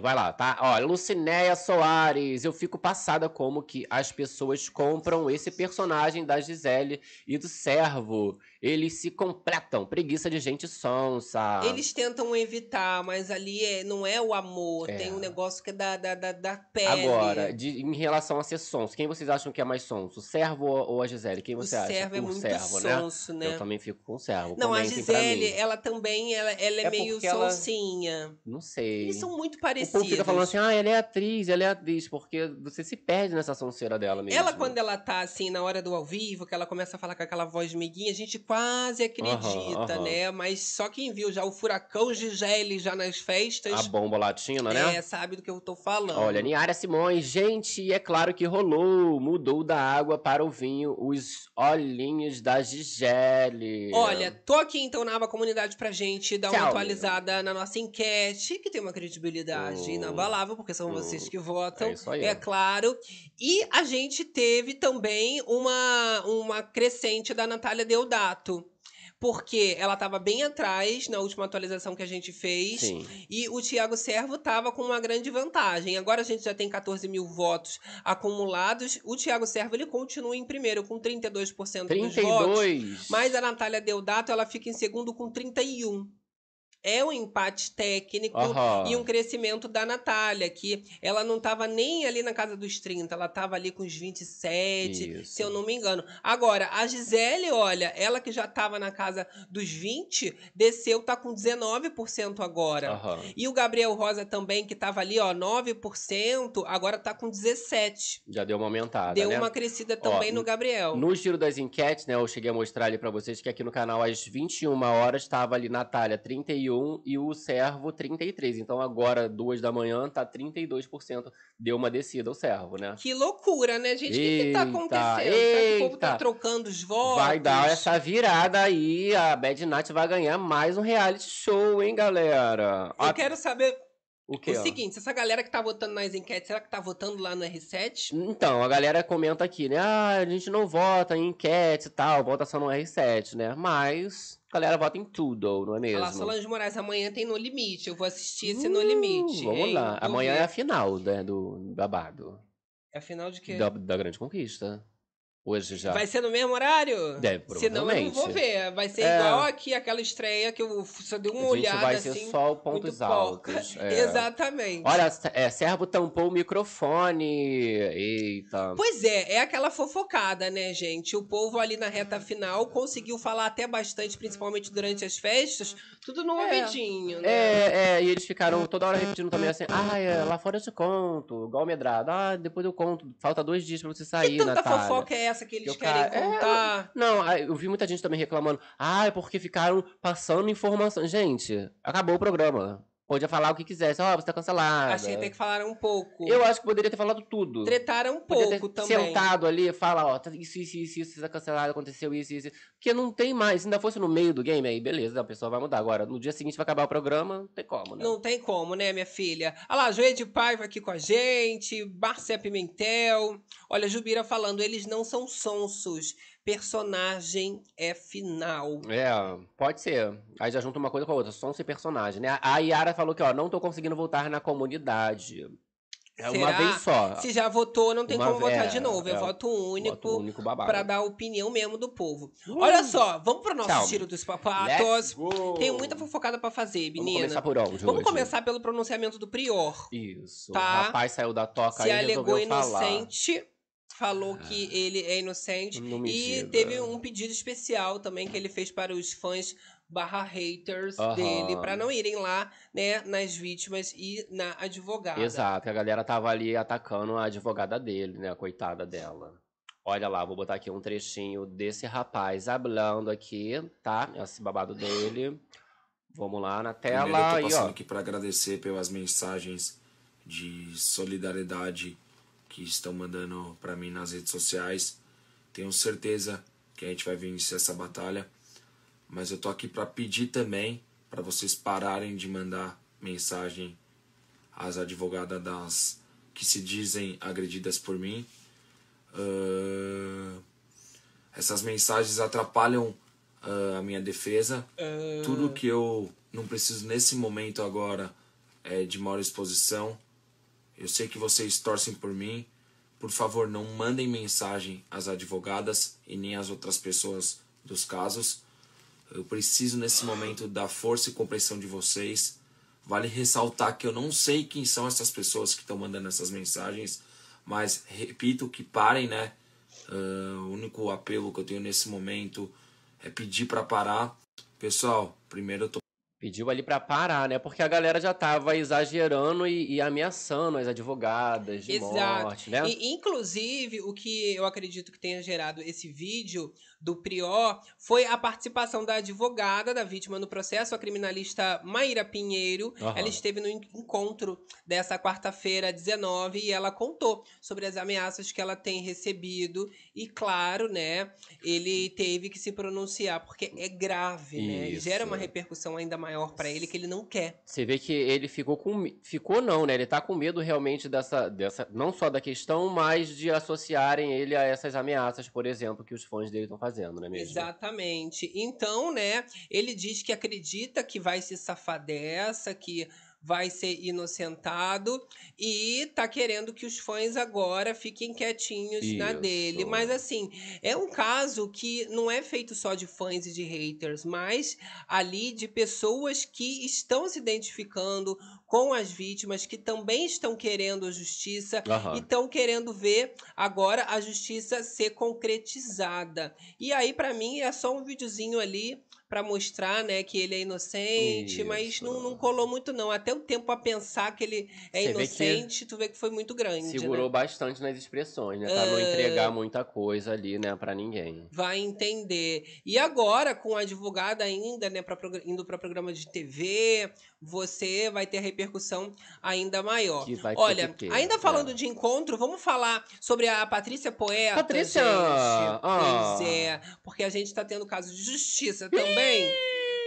B: Vai lá, tá? Olha, Lucinéia Soares, eu fico passada como que as pessoas compram esse personagem da Gisele e do Servo. Eles se completam, preguiça de gente sonsa.
A: Eles tentam evitar, mas ali é, não é o amor,
B: É.
A: tem um negócio que é da, da, da, da pele.
B: Agora, de- em relação a ser sonso, quem vocês acham que é mais sonso? O Servo ou ou a Gisele? Quem
A: o
B: você acha?
A: servo é
B: O
A: muito
B: Servo, né?
A: sonso, né?
B: Eu também fico com o Servo.
A: Não, a
B: tipo, Comentem pra
A: Gisele,
B: mim.
A: ela também ela, ela é,
E: É
A: meio
E: porque ela-
A: sonsinha.
B: Não sei.
A: Eles são muito
B: O
A: parecidos.
B: povo fica falando assim, ah, ela é atriz, ela é atriz, porque você se perde nessa sonceira dela mesmo.
A: Ela, quando ela tá assim, na hora do ao vivo, que ela começa a falar com aquela voz miguinha, a gente quase acredita,
B: Aham, aham.
A: né? Mas só quem viu já o furacão Gisele já nas
B: A
A: festas,
B: bomba latina, né?
A: é, sabe do que eu tô falando.
B: Olha, Niara Simões, gente, e é claro que rolou, mudou da água para o vinho os olhinhos da Gisele. É
A: Olha, tô aqui então na aba comunidade pra gente dar
B: Tchau.
A: uma atualizada na nossa enquete, que tem uma credibilidade
B: Hum.
A: inabalável, porque são
B: Hum.
A: vocês que votam.
B: é isso aí.
A: É claro. E a gente teve também uma, uma crescente da Natália Deodato. Porque ela estava bem atrás na última atualização que a gente fez.
B: Sim.
A: E o Tiago Servo estava com uma grande vantagem. Agora a gente já tem 14 mil votos acumulados. O Tiago Servo ele continua em primeiro com 32% dos votos.
B: 32.
A: Mas a Natália Deodato ela fica em segundo com 31. É um empate técnico
B: Aham.
A: e um crescimento da Natália, que ela não estava nem ali na casa dos 30, ela estava ali com os 27,
B: Isso.
A: se eu não me engano. Agora, a Gisele, olha, ela que já estava na casa dos 20, desceu, tá com 19% agora.
B: Aham.
A: E o Gabriel Rosa também, que estava ali, ó, 9%, agora tá com 17%.
B: Já deu uma aumentada,
A: Deu
B: né?
A: uma crescida também no Gabriel.
B: No giro das enquetes, né, eu cheguei a mostrar ali pra vocês que aqui no canal às 21 horas estava ali Natália 31 e o Servo 33. Então agora, 2 da manhã, tá 32%. Deu uma descida o Servo, né?
A: Que loucura, né, gente? O que, que tá
B: Eita,
A: acontecendo? Será que o povo tá
B: eita.
A: trocando os votos?
B: Vai dar essa virada aí, a Bad Night vai ganhar mais um reality show, hein, galera?
A: Eu
B: Ó,
A: quero saber
B: o quê?
A: o seguinte: se essa galera que tá votando nas enquetes, será que tá votando lá no R7?
B: Então, a galera comenta aqui, né? Ah, a gente não vota em enquete e tal, vota só no R7, né? Mas a galera vota em tudo, não é mesmo?
A: Olha lá, Solange Moraes, amanhã tem No Limite. Eu vou assistir esse No
B: Hum,
A: Limite.
B: Vamos
A: hein?
B: lá.
A: Vou
B: Amanhã
A: ver.
B: é a final né, do babado.
A: é. Afinal de quê?
B: Da, da grande conquista. Hoje já.
A: Vai ser no mesmo horário?
B: Deve,
A: Senão eu não vou
B: provavelmente.
A: ver. Vai ser
B: É.
A: igual aqui aquela estreia que eu só dei uma
B: a gente
A: olhada
B: vai ser
A: assim.
B: só pontos
A: muito pouca.
B: altos. é.
A: Exatamente.
B: Olha, é, Servo tampou o microfone. Eita.
A: Pois é, é aquela fofocada, né, gente? O povo ali na reta final conseguiu falar até bastante, principalmente durante as festas, tudo no
B: É.
A: ouvidinho, né?
B: É, é, e eles ficaram toda hora repetindo também assim, ah, é, lá fora eu te conto, igual medrado, ah, depois eu conto, falta dois dias pra você sair,
A: que tanta
B: Natália.
A: fofoca é essa que eles
B: Que o
A: querem
B: cara- é,
A: contar?
B: Não, aí eu vi muita gente também reclamando. Ah, é porque ficaram passando informação. Gente, acabou o programa. Podia falar o que quisesse. Ó, você tá cancelada.
A: Achei até que falaram um pouco.
B: Eu acho que poderia ter falado tudo.
A: Tretaram um
B: Podia
A: pouco
B: ter
A: também.
B: sentado ali, fala, ó, tá- isso, isso, isso, isso, tá cancelado, aconteceu isso, isso. isso. Porque não tem mais. Se ainda fosse no meio do game, aí beleza, a pessoa vai mudar. Agora, no dia seguinte vai acabar o programa, não tem como, né?
A: Não tem como, né, minha filha? Olha lá, Joia de Paiva aqui com a gente, Bárcia Pimentel. Olha, Jubira falando, eles não são sonsos. Personagem é final.
B: É, pode ser. Aí já junta uma coisa com a outra, som sem personagem, né? A Yara falou que, ó, não tô conseguindo voltar na comunidade. É uma
A: Será?
B: vez só.
A: Se já votou, não tem
B: Uma
A: como
B: vez,
A: votar de novo. É,
B: é,
A: voto
B: Bota o
A: único
B: único Hum, babado.
A: pra dar a opinião mesmo do povo. Olha só, vamos pro nosso
B: Tchau.
A: tiro dos
B: Let's
A: papatos.
B: go.
A: Tem muita fofocada pra fazer,
B: Vamos
A: menina.
B: começar por onde
A: Vamos
B: hoje?
A: começar pelo pronunciamento do Prior.
B: Isso.
A: Tá.
B: O rapaz saiu da toca
A: Se
B: e
A: alegou
B: resolveu falar. Ah.
A: inocente, falou que ele é inocente.
B: Não me
A: E
B: diga.
A: teve um pedido especial também que ele fez para os fãs barra haters
B: Aham.
A: dele, pra não irem lá, né, nas vítimas e na advogada.
B: Exato, que a galera tava ali atacando a advogada dele, né? A coitada dela. Olha lá, vou botar aqui um trechinho desse rapaz hablando aqui, tá? Esse babado dele. Vamos lá na
F: Primeiro,
B: tela
F: eu tô
B: aí,
F: passando
B: ó.
F: aqui para agradecer pelas mensagens de solidariedade que estão mandando para mim nas redes sociais. Tenho certeza que a gente vai vencer essa batalha, mas eu tô aqui para pedir também para vocês pararem de mandar mensagem às advogadas das que se dizem agredidas por mim. Ahn, essas mensagens atrapalham ah, a minha defesa. Tudo que eu não preciso nesse momento agora é, de maior exposição. Eu sei que vocês torcem por mim. Por favor, não mandem mensagem às advogadas e nem às outras pessoas dos casos. Eu preciso nesse momento da força e compreensão de vocês. Vale ressaltar que eu não sei quem são essas pessoas que estão mandando essas mensagens, mas repito que parem, né? Uh, o único apelo que eu tenho nesse momento é pedir para parar. Pessoal, primeiro eu tô
B: Pediu ali para parar, né? Porque a galera já tava exagerando e, e ameaçando as advogadas de Exato. morte, né?
A: E, inclusive, o que eu acredito que tenha gerado esse vídeo do Prior foi a participação da advogada da vítima no processo, a criminalista Maíra Pinheiro. Uhum. Ela esteve no encontro dessa quarta-feira, 19, e ela contou sobre as ameaças que ela tem recebido. E claro, né? Ele teve que se pronunciar, porque é grave, Isso. né? E gera uma repercussão ainda mais maior para ele que ele não quer.
B: Você vê que ele ficou com ficou não, né? Ele tá com medo realmente dessa dessa não só da questão, mas de associarem ele a essas ameaças, por exemplo, que os fãs dele estão fazendo, né mesmo?
A: Exatamente. Então, né, ele diz que acredita que vai se safar dessa, que vai ser inocentado e tá querendo que os fãs agora fiquem quietinhos Isso. na dele. Mas assim, é um caso que não é feito só de fãs e de haters, mas ali de pessoas que estão se identificando com as vítimas, que também estão querendo a justiça uhum. e estão querendo ver agora a justiça ser concretizada. E aí, para mim, é só um videozinho ali para mostrar, né, que ele é inocente, Isso. mas não, não, colou muito não. Até o tempo a pensar que ele é Você inocente, vê tu vê que foi muito grande.
B: Segurou
A: né? Ah.
B: bastante nas expressões, né, para é... não entregar muita coisa ali, né, para ninguém.
A: Vai entender. E agora com a advogada ainda, né, pra, indo para programa de TV, você vai ter a repercussão ainda maior.
B: Que vai
A: Olha,
B: que né?
A: ainda falando é. de encontro, vamos falar sobre a Patrícia Poeta.
B: Patrícia!
A: Gente. Ah. Pois é, porque a gente está tendo caso de justiça também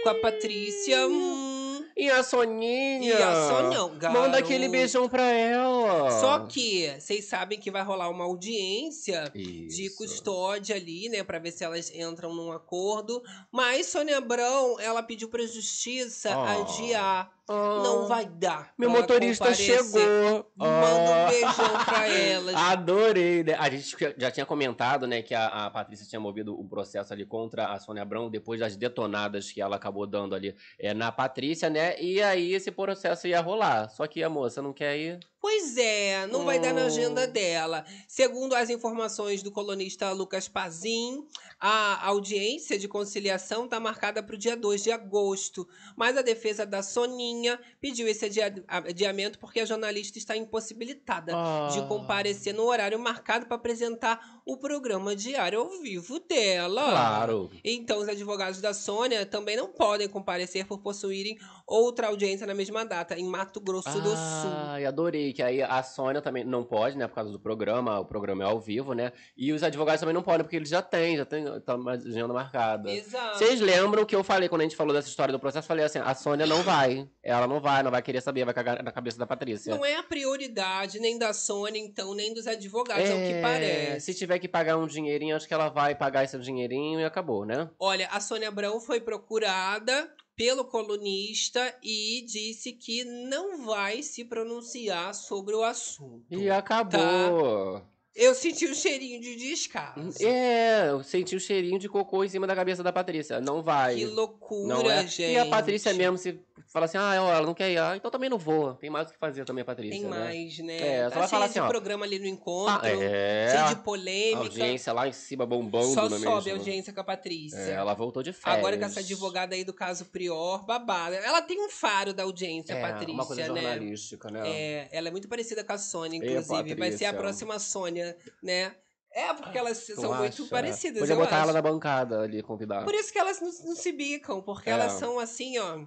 A: com a Patrícia. Hum.
B: E a Soninha.
A: E a Sonhão, garoto.
B: Manda aquele beijão pra ela.
A: Só que vocês sabem que vai rolar uma audiência Isso. de custódia ali, né? Pra ver se elas entram num acordo. Mas Sônia Abrão, ela pediu pra justiça oh. adiar. Oh. Não vai dar.
B: Ah. Meu motorista comparecer. chegou. Ah.
A: Manda oh. um beijão pra elas.
B: Adorei, né? A gente já tinha comentado, né, que a, a Patrícia tinha movido o um processo ali contra a Sônia Abrão depois das detonadas que ela acabou dando ali é, na Patrícia, né? E aí esse processo ia rolar. Só que a moça não quer ir.
A: Pois é, não hum. vai dar na agenda dela. Segundo as informações do colunista Lucas Pazin, a audiência de conciliação está marcada para o dia 2 de agosto, mas a defesa da Soninha pediu esse adiamento porque a jornalista está impossibilitada ah. de comparecer no horário marcado para apresentar o programa diário ao vivo dela.
B: Claro.
A: Então, os advogados da Sônia também não podem comparecer por possuírem outra audiência na mesma data, em Mato Grosso ah, do Sul.
B: Ai, adorei que aí a Sônia também não pode, né? Por causa do programa, o programa é ao vivo, né? E os advogados também não podem, porque eles já têm, já têm tá uma agenda marcada.
A: Exato.
B: Vocês lembram que eu falei quando a gente falou dessa história do processo? Falei assim: a Sônia não vai. Ela não vai, não vai querer saber, vai cagar na cabeça da Patrícia.
A: Não é a prioridade nem da Sônia, então, nem dos advogados, é, é o que parece.
B: Se tiver que pagar um dinheirinho, acho que ela vai pagar esse dinheirinho e acabou, né?
A: Olha, a Sônia Abrão foi procurada pelo colunista e disse que não vai se pronunciar sobre o assunto.
B: E acabou.
A: Tá? Eu senti o um cheirinho de descaso.
B: É, eu senti o um cheirinho de cocô em cima da cabeça da Patrícia. Não vai.
A: Que loucura, é. gente. E
B: a Patrícia mesmo se fala assim: ah, ela não quer ir. Ah, então também não vou. Tem mais o que fazer também, a Patrícia.
A: Tem
B: né?
A: mais, né?
B: É,
A: tá
B: só vai falar assim: ó,
A: programa ali no encontro,
B: é,
A: cheio de polêmica. A
B: audiência lá em cima bombando.
A: Só sobe
B: mesmo.
A: a audiência com a Patrícia.
B: É, ela voltou de férias.
A: Agora com essa advogada aí do caso Prior, babada. Ela tem um faro da audiência,
B: é,
A: Patrícia.
B: Uma coisa jornalística, né? né?
A: É, ela é muito parecida com a Sônia, inclusive. vai ser a próxima Sônia né? É, porque elas tu são acha? muito parecidas.
B: Ah, Podia botar
A: acho.
B: ela na bancada ali, convidar.
A: Por isso que elas não, não se bicam, porque é. elas são assim, ó.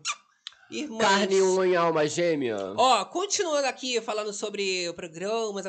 A: Irmãs.
B: Carne, unha e alma gêmea.
A: Ó, continuando aqui, falando sobre programas,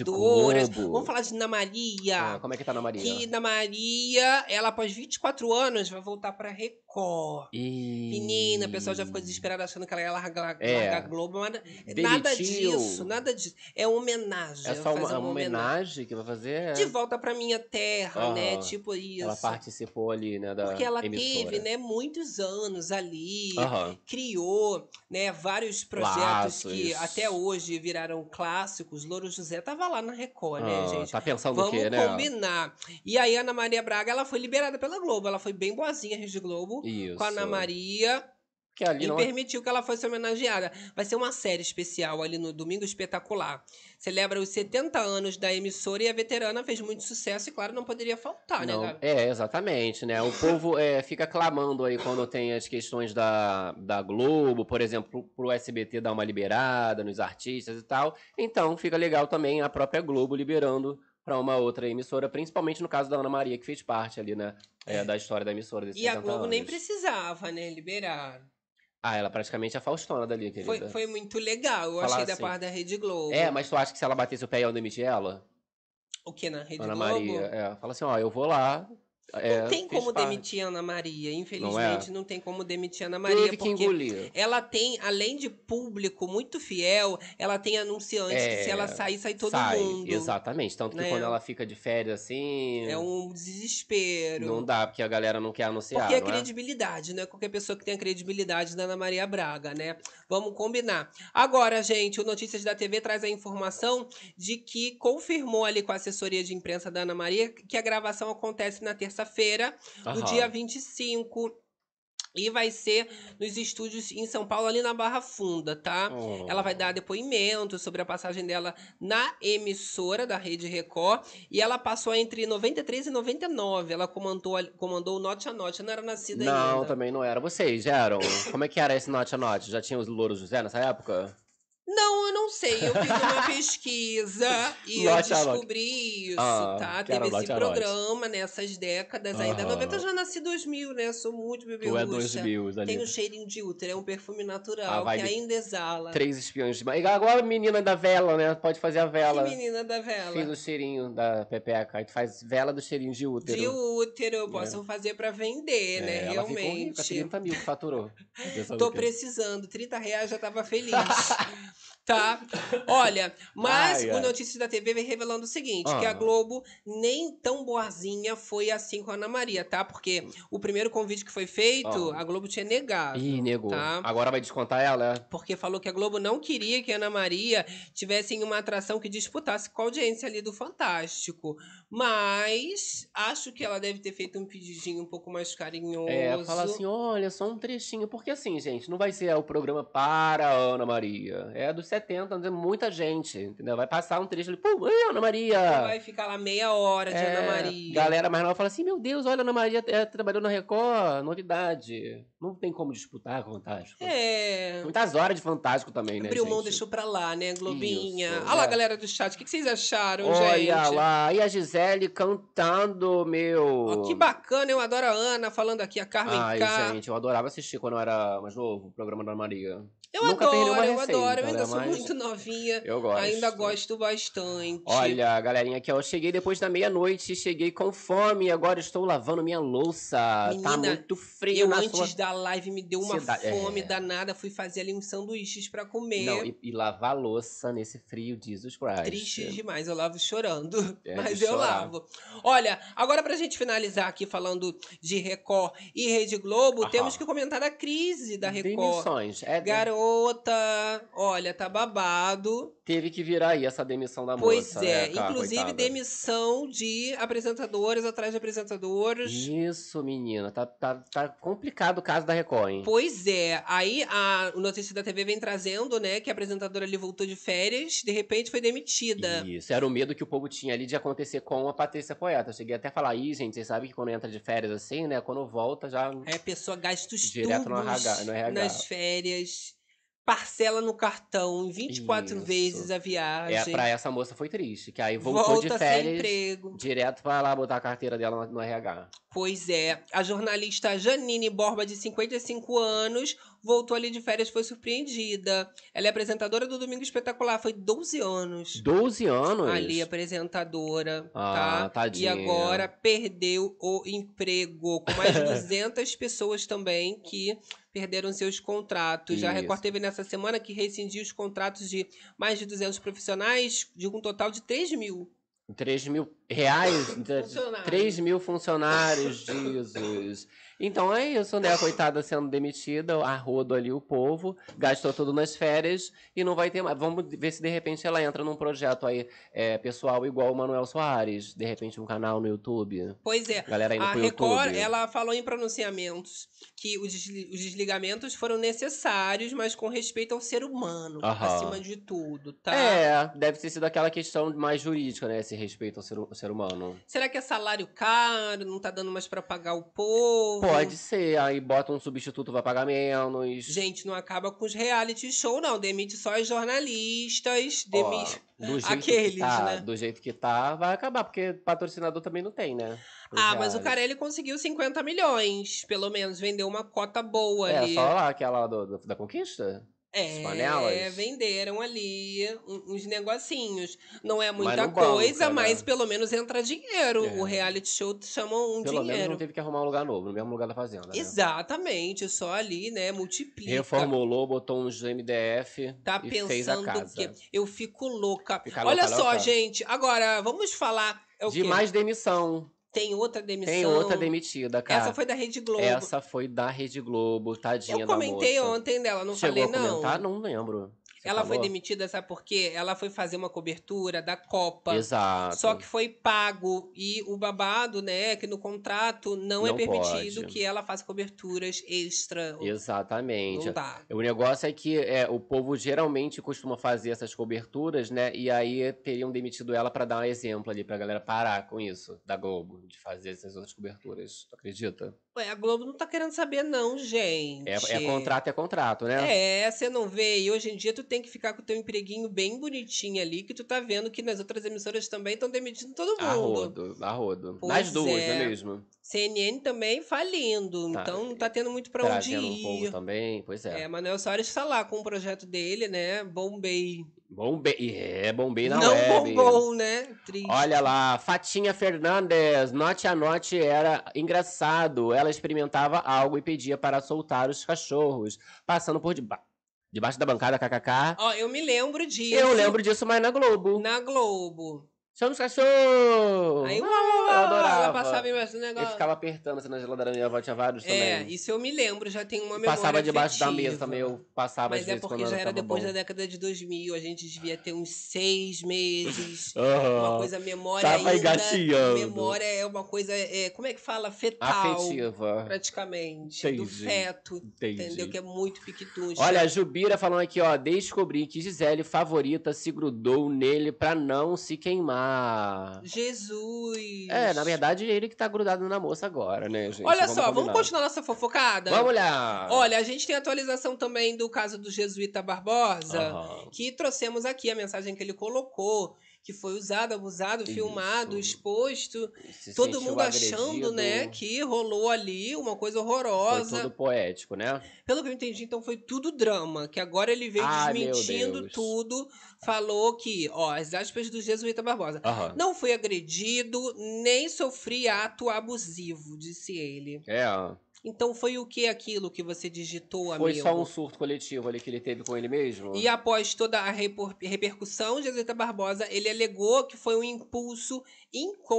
A: apresentadoras. É vamos falar de Ana Maria.
B: Ah, como É tipo é que tá Ana Maria?
A: Que Ana Maria, ela após 24 anos, vai voltar pra Record.
B: E...
A: Menina, o pessoal já ficou desesperado achando que ela ia largar, é. largar Globo. Mas Demitiu. nada disso, nada disso. É uma homenagem.
B: É só uma, uma, uma homenagem que vai fazer? É...
A: De volta pra minha terra, ah, né? Tipo isso.
B: Ela participou ali, né, da
A: Porque ela
B: emissora.
A: teve, né, muitos anos ali. Aham. Criou criou né, vários projetos
B: Laços.
A: que até hoje viraram clássicos. Louro José tava lá na Record, né,
B: Ah,
A: gente?
B: Tá pensando
A: Vamos
B: o quê, né?
A: combinar. E aí, Ana Maria Braga, ela foi liberada pela Globo. Ela foi bem boazinha, Rede Globo,
B: Isso.
A: com a Ana Maria.
B: Que ali
A: E
B: não... é
A: permitiu que ela fosse homenageada. Vai ser uma série especial ali no Domingo Espetacular. Celebra os 70 anos da emissora e a veterana fez muito sucesso e, claro, não poderia faltar,
B: Não,
A: né, Gabi?
B: É, exatamente, né? O povo é, fica clamando aí quando tem as questões da, da Globo, por exemplo, pro SBT dar uma liberada nos artistas e tal. Então fica legal também a própria Globo liberando para uma outra emissora, principalmente no caso da Ana Maria, que fez parte ali, né? é, da história da emissora desses
A: E a
B: 70
A: Globo nem
B: anos.
A: precisava, né, liberar.
B: Ah, ela praticamente é a Faustona dali, querida.
A: Foi, foi muito legal, eu
B: Falar
A: achei da
B: assim.
A: parte da Rede Globo.
B: É, mas tu acha que se ela batesse o pé, iam demitir ela?
A: O que, na Rede
B: Ana
A: Globo?
B: Maria. É, fala assim, ó, eu vou lá. é,
A: não tem
B: fiz
A: como
B: parte.
A: demitir a Ana Maria, infelizmente não, tem como demitir a Ana Maria,
B: Teve que
A: porque
B: engolir.
A: ela tem, além de público muito fiel, ela tem anunciante que
B: É,
A: se ela sair, sai todo
B: Sai,
A: mundo.
B: Exatamente. Tanto que
A: Né?
B: quando ela fica de férias assim.
A: É um desespero.
B: Não dá, porque a galera não quer anunciar.
A: Porque é
B: não é?
A: credibilidade, né? Qualquer pessoa que tenha credibilidade da Ana Maria Braga, né? Vamos combinar. Agora, gente, o Notícias da TV traz a informação de que confirmou ali com a assessoria de imprensa da Ana Maria que a gravação acontece na terça-feira, no
B: Aham.
A: dia 25. E vai ser nos estúdios em São Paulo, ali na Barra Funda, tá?
B: Oh.
A: Ela vai dar depoimento sobre a passagem dela na emissora da Rede Record. E ela passou entre 93 e 99. Ela comandou, ali- comandou o Note a Note. Eu não era nascida
B: Não, tá-
A: ainda.
B: também não era. Vocês eram? Como é que era esse Note a Note? Já tinha os Louro José nessa época?
A: Não, eu não sei. Eu fiz uma pesquisa e eu
B: Note a Note.
A: descobri isso,
B: Ah,
A: tá?
B: que era
A: Teve esse
B: Note a Note.
A: programa nessas décadas ainda.
B: Aham.
A: 90 eu já nasci 2000, né? Sou muito bebê
B: Ou é
A: russa.
B: 2000 ali?
A: Tem um cheirinho de útero. É um perfume natural
B: Ah, vai
A: que
B: de-
A: ainda exala.
B: Três espiões de... E Agora a menina da vela, né? Pode fazer a vela.
A: Que menina da vela.
B: Fiz o cheirinho da pepeca. Aí tu faz vela do cheirinho de útero.
A: De útero, eu posso fazer pra vender, né?
B: É, ela ficou rica,
A: Realmente.
B: 30 mil que faturou. Pensando
A: Tô
B: que-
A: precisando, 30 reais já tava feliz. tá? Olha, mas
B: Ai,
A: o
B: ai.
A: Notícias da TV vem revelando o seguinte: que a
B: Ah.
A: Globo nem tão boazinha foi assim com a Ana Maria, tá? Porque o primeiro convite que foi feito,
B: Ah.
A: a Globo tinha negado.
B: Ih, negou.
A: Tá.
B: Agora vai descontar ela? é?
A: Porque falou que a Globo não queria que a Ana Maria tivesse em uma atração que disputasse com a audiência ali do Fantástico. Mas acho que ela deve ter feito um pedidinho um pouco mais carinhoso.
B: É, fala assim, olha, só um trechinho. Porque assim, gente, não vai ser o programa para a Ana Maria. É dos 70, anos, é muita gente, entendeu? Vai passar um trecho ali, pum, ei, Ana Maria!
A: Não vai ficar lá meia hora de
B: ah, É,
A: Ana Maria.
B: Galera mais nova fala assim, meu Deus, olha, Ana Maria é, trabalhou na Record, novidade. Não tem como disputar com o Fantástico.
A: É.
B: Muitas horas de Fantástico também, né,
A: Abriu
B: gente?
A: mão, deixou pra lá, né, Globinha?
B: Isso,
A: Olha lá,
B: é.
A: galera do chat, o que que vocês acharam, um gente?
B: Olha lá, e a Gisele cantando, meu.
A: Ó, que bacana, eu adoro a Ana falando aqui, a Carmen
B: Ai,
A: K.
B: gente, eu adorava assistir quando eu era mais novo, o programa da Ana Maria.
A: eu
B: nunca
A: adoro,
B: perdeu
A: eu
B: uma receita,
A: adoro, eu ainda
B: né,
A: sou
B: mas-
A: muito novinha,
B: Eu gosto.
A: ainda gosto bastante.
B: Olha, galerinha, aqui ó, eu cheguei depois da meia-noite, cheguei com fome, agora estou lavando minha louça. tá
A: Menina,
B: muito frio
A: eu
B: na
A: antes
B: sua...
A: da live me deu uma
B: cidade-
A: fome
B: é.
A: danada, fui fazer ali uns sanduíches pra comer.
B: Não, e, e lavar louça nesse frio, Jesus Christ.
A: Triste demais, eu lavo chorando,
B: É,
A: mas
B: de
A: eu
B: chorar.
A: lavo. Olha, agora pra gente finalizar aqui falando de Record e Rede Globo,
B: Aham.
A: temos que comentar a crise da Record.
B: Demissões. É,
A: Garota, olha, tá babado.
B: teve que virar aí essa demissão da
A: pois
B: moça.
A: é,
B: né, cara,
A: inclusive
B: coitada.
A: demissão de apresentadores atrás de apresentadores.
B: Isso, menina, tá, tá, tá complicado o caso da Record, hein?
A: Pois é, aí a o notícia da TV vem trazendo, né, que a apresentadora ali voltou de férias, de repente foi demitida.
B: Isso, era o medo que o povo tinha ali de acontecer com a Patrícia Poeta. Eu cheguei até a falar, aí, gente, vocês sabem que quando entra de férias assim, né? Quando volta, já.
A: Aí É, a pessoa gasta os
B: Direto no
A: tubos
B: RH, no RH.
A: nas férias, parcela no cartão em 24
B: Isso.
A: vezes a
B: É,
A: viagem,
B: pra essa moça foi triste, que aí voltou
A: volta
B: de
A: sem
B: férias.
A: emprego.
B: Direto vai lá botar a carteira dela no RH.
A: Pois é, a jornalista Janine Borba, de 55 anos, voltou ali de férias e foi surpreendida. Ela é apresentadora do Domingo Espetacular, foi 12 anos.
B: 12 anos?
A: ali apresentadora,
B: Ah,
A: tá?
B: tadinha.
A: E
B: é.
A: agora perdeu o emprego, com mais de 200 pessoas também que perderam seus contratos. A
B: Isso.
A: Record teve nessa semana que rescindiu os contratos de mais de 200 profissionais de um total de 3 mil.
B: 3 mil reais,
A: Funcionários.
B: 3 mil funcionários, Jesus. Então é isso, né? A coitada sendo demitida, a rodo ali o povo, gastou tudo nas férias e não vai ter mais. Vamos ver se de repente ela entra num projeto aí é, pessoal igual o Manuel Soares, de repente um canal no YouTube.
A: Pois é.
B: Galera indo
A: A
B: pro
A: Record, é
B: YouTube.
A: ela falou em pronunciamentos que os, desli- os desligamentos foram necessários, mas com respeito ao ser humano,
B: Aham.
A: acima de tudo, tá?
B: É, deve ter sido aquela questão mais jurídica, né? Esse respeito ao ser, ao ser humano.
A: Será que é salário caro? Não tá dando mais pra pagar o povo?
B: Pode ser, aí bota um substituto vai pagar menos.
A: Gente, não acaba com os reality show, não. Demite só os jornalistas.
B: Ó,
A: Demite...
B: do jeito
A: aqueles,
B: que tá,
A: né?
B: Do jeito que tá, vai acabar, porque patrocinador também não tem, né? Os
A: ah, mas o
B: reais.
A: Carelli conseguiu 50 milhões, pelo menos. Vendeu uma cota boa
B: É,
A: ali.
B: só lá aquela do- do- da conquista? As panelas?
A: É, venderam ali um- uns negocinhos. Não é muita
B: não banca,
A: coisa,
B: né?
A: mas pelo menos entra dinheiro.
B: É.
A: O reality show chama um
B: Pelo menos
A: dinheiro.
B: não teve que arrumar um lugar novo, no mesmo lugar da fazenda. né?
A: Exatamente, só ali, né? Multiplica.
B: Reformulou, botou uns MDF
A: Tá
B: e fez a
A: pensando o
B: casa.
A: quê? Eu fico louca.
B: Fica
A: Olha
B: louca,
A: só,
B: louca.
A: gente. Agora, vamos falar. É o
B: De
A: quê?
B: mais demissão.
A: Tem outra demissão.
B: Tem outra demitida, cara.
A: Essa foi da Rede Globo.
B: Essa foi da Rede Globo, tadinha
A: Eu
B: da
A: comentei
B: moça.
A: ontem dela, não falei,
B: Chegou a comentar?
A: não.
B: Não lembro. Você
A: Ela foi
B: falou?
A: demitida, sabe por quê? Ela foi fazer uma cobertura da Copa.
B: Exato.
A: Só que foi pago e o babado, né, que no contrato não, é
B: Não
A: permitido
B: pode.
A: que ela faça coberturas extra.
B: Exatamente.
A: Não dá.
B: O negócio é que é, o povo geralmente costuma fazer essas coberturas, né? E aí teriam demitido ela pra dar um exemplo ali, pra galera parar com isso, da Globo, de fazer essas outras coberturas. Tu acredita?
A: Ué, a Globo não tá querendo saber não, gente.
B: É, é contrato, é contrato, né?
A: É, você não vê. E hoje em dia tu tem que ficar com o teu empreguinho bem bonitinho ali, que tu tá vendo que nas outras emissoras também estão demitindo todo
B: Tá
A: mundo.
B: Arrodo, arrodo.
A: Pois
B: Nas duas,
A: é.
B: não é mesmo?
A: CNN também falindo,
B: Tá.
A: então não tá tendo muito pra onde
B: Trazendo um
A: ir.
B: povo também, pois é.
A: é, Manuel Soares está lá com o projeto dele, né? Bombei.
B: Bombei, é, bombei na
A: não
B: web.
A: bombou, né? Triste.
B: Olha lá, Fatinha Fernandes, note a note era engraçado. Ela experimentava algo e pedia para soltar os cachorros, passando por deba debaixo da bancada kkk.
A: Ó, eu me lembro disso.
B: Eu lembro disso, mas na Globo.
A: Na Globo.
B: Somos cachorros!
A: Aí,
B: Ah,
A: uau, uau, uau,
B: eu adorava.
A: ela passava embaixo do
B: Eu
A: negócio.
B: ficava apertando assim na geladeira da minha avó, tinha vários
A: É,
B: também.
A: isso eu me lembro, já tem uma memória
B: passava debaixo da
A: afetiva.
B: mesa também, eu passava às
A: Mas é
B: vezes
A: porque
B: quando
A: já era
B: tava
A: depois
B: bom.
A: da década de 2000, a gente devia ter uns seis meses.
B: Aham.
A: Uma coisa, memória
B: Tava
A: ainda.
B: engatinhando.
A: Memória é uma coisa, é, como é que fala? Fetal.
B: Afetiva.
A: Praticamente. Do
B: Entendi.
A: feto.
B: Entendi.
A: Entendeu? Que é muito piquitude.
B: Olha, a Jubira falando aqui, ó. Descobri que Gisele, favorita, se grudou nele pra não se queimar.
A: Jesus.
B: É, na verdade, ele que tá grudado na moça agora, né, gente?
A: Olha só, vamos
B: combinar.
A: continuar nossa fofocada?
B: Vamos olhar.
A: Olha, a gente tem atualização também do caso do Jesuíta Barbosa,
B: Aham.
A: que trouxemos aqui a mensagem que ele colocou, que foi usado, abusado,
B: Isso.
A: filmado, exposto.
B: Se
A: todo
B: sentiu
A: mundo achando,
B: agredido.
A: né, que rolou ali uma coisa
B: Foi
A: horrorosa.
B: todo poético, né?
A: Pelo que eu entendi, então foi tudo drama, que agora ele veio
B: Ah, meu
A: desmentindo
B: Deus.
A: tudo, falou que, ó, as aspas do Jesuíta Barbosa.
B: Aham.
A: Não fui agredido, nem sofri ato abusivo, disse ele.
B: É, ó.
A: Então foi o que aquilo que você digitou,
B: foi
A: amigo?
B: só um surto coletivo ali que ele teve com ele mesmo.
A: E após toda a repor- repercussão, Jesuíta Barbosa, ele alegou que foi um impulso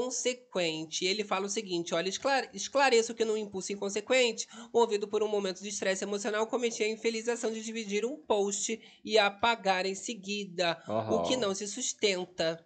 A: inconsequente. Ele fala o seguinte, olha, "Esclare- esclareço que num impulso inconsequente, movido por um momento de estresse emocional, cometi a infeliz ação de dividir um post e apagar em seguida,
B: Aham.
A: o que não se sustenta.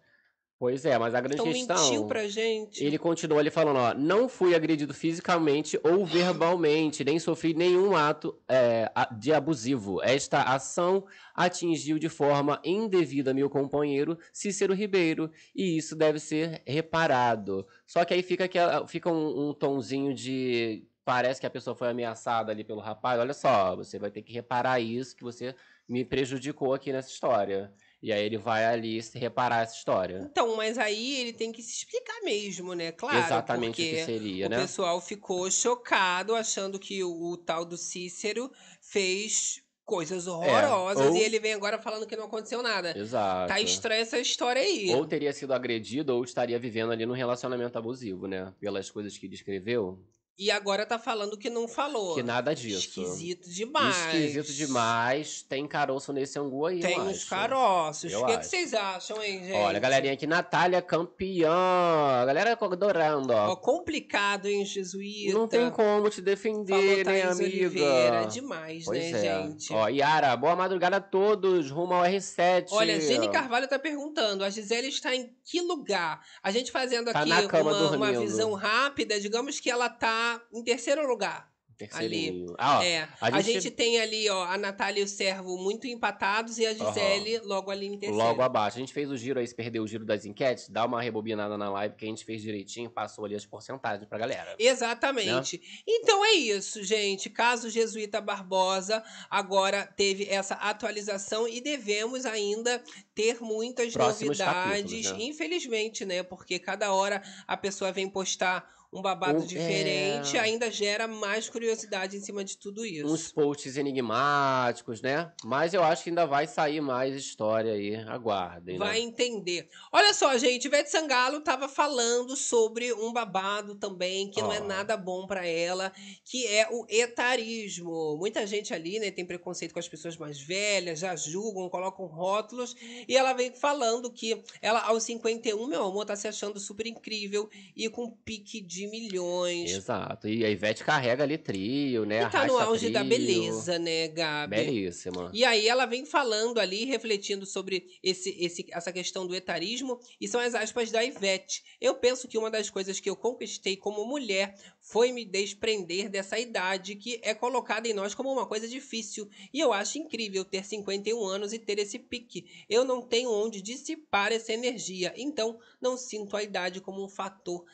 B: Pois é, mas a grande
A: Então
B: questão.
A: mentiu pra gente.
B: Ele continua ali falando, ó, não fui agredido fisicamente ou verbalmente, nem sofri nenhum ato é, a- de abusivo. Esta ação atingiu de forma indevida meu companheiro Cícero Ribeiro e isso deve ser reparado. Só que aí fica, aquela- fica um, um tonzinho de parece que a pessoa foi ameaçada ali pelo rapaz. Olha só, você vai ter que reparar isso que você me prejudicou aqui nessa história. E aí ele vai ali se reparar essa história.
A: Então, mas aí ele tem que se explicar mesmo, né? Claro,
B: Exatamente
A: porque...
B: o que seria,
A: O
B: né?
A: pessoal ficou chocado, achando que o, o tal do Cícero fez coisas horrorosas
B: É, ou-
A: e ele vem agora falando que não aconteceu nada.
B: Exato. é.
A: Tá estranha essa história aí.
B: Ou teria sido agredido ou estaria vivendo ali num relacionamento abusivo, né? Pelas coisas que descreveu.
A: E agora tá falando que não falou.
B: Que nada disso. é
A: Esquisito demais.
B: Esquisito demais. Tem caroço nesse angu aí,
A: Tem
B: eu
A: uns
B: acho.
A: caroços.
B: Eu
A: O que, que
B: acho.
A: vocês acham, hein, gente?
B: Olha, galerinha aqui, Natália campeã. A galera adorando, ó.
A: Ó, complicado, hein, jesuíta.
B: Não tem como te defender,
A: Falou
B: né,
A: Thaís Oliveira.
B: amiga?
A: Demais,
B: Pois
A: né,
B: é.
A: gente?
B: Ó, Yara, boa madrugada a todos, rumo ao R7.
A: Olha, Gene Carvalho tá perguntando, a Gisele está em que lugar? A gente fazendo
B: Tá
A: aqui
B: na cama
A: uma, uma
B: dormindo.
A: visão rápida, digamos que ela tá em terceiro lugar.
B: Terceirinho. Ah, ó,
A: é.
B: a
A: A,
B: gente-
A: gente... tem ali, ó, a Natália e o Servo muito empatados e a Gisele logo ali em terceiro.
B: Logo abaixo. A gente fez o giro aí, se perdeu o giro das enquetes, dá uma rebobinada na live que a gente fez direitinho, passou ali as porcentagens pra galera. Né?
A: Exatamente. Então é isso, gente. Caso Jesuíta Barbosa agora teve essa atualização e devemos ainda ter muitas
B: Próximos
A: novidades.
B: capítulos, né?
A: Infelizmente, né? Porque cada hora a pessoa vem postar um babado
B: Um-
A: diferente,
B: é.
A: ainda gera mais curiosidade em cima de tudo isso.
B: Uns posts enigmáticos, né? Mas eu acho que ainda vai sair mais história aí. Aguardem,
A: Vai
B: né?
A: entender. Olha só, gente, Ivete Sangalo tava falando sobre um babado também que não é
B: Ó.
A: nada bom pra ela, que é o etarismo. Muita gente ali, né, tem preconceito com as pessoas mais velhas, já julgam, colocam rótulos, e ela vem falando que ela aos 51, meu amor, tá se achando super incrível e com pique de milhões.
B: Exato. E a Ivete carrega ali trio, né?
A: E tá no
B: Arrasta
A: auge da
B: trio.
A: beleza, né, Gabi?
B: Belíssima.
A: E aí ela vem falando ali, refletindo sobre esse, esse, essa questão do etarismo, e são as aspas da Ivete. Eu penso que uma das coisas que eu conquistei como mulher foi me desprender dessa idade que é colocada em nós como uma coisa difícil. E eu acho incrível ter 51 anos e ter esse pique. Eu não tenho onde dissipar essa energia, então não sinto a idade como um fator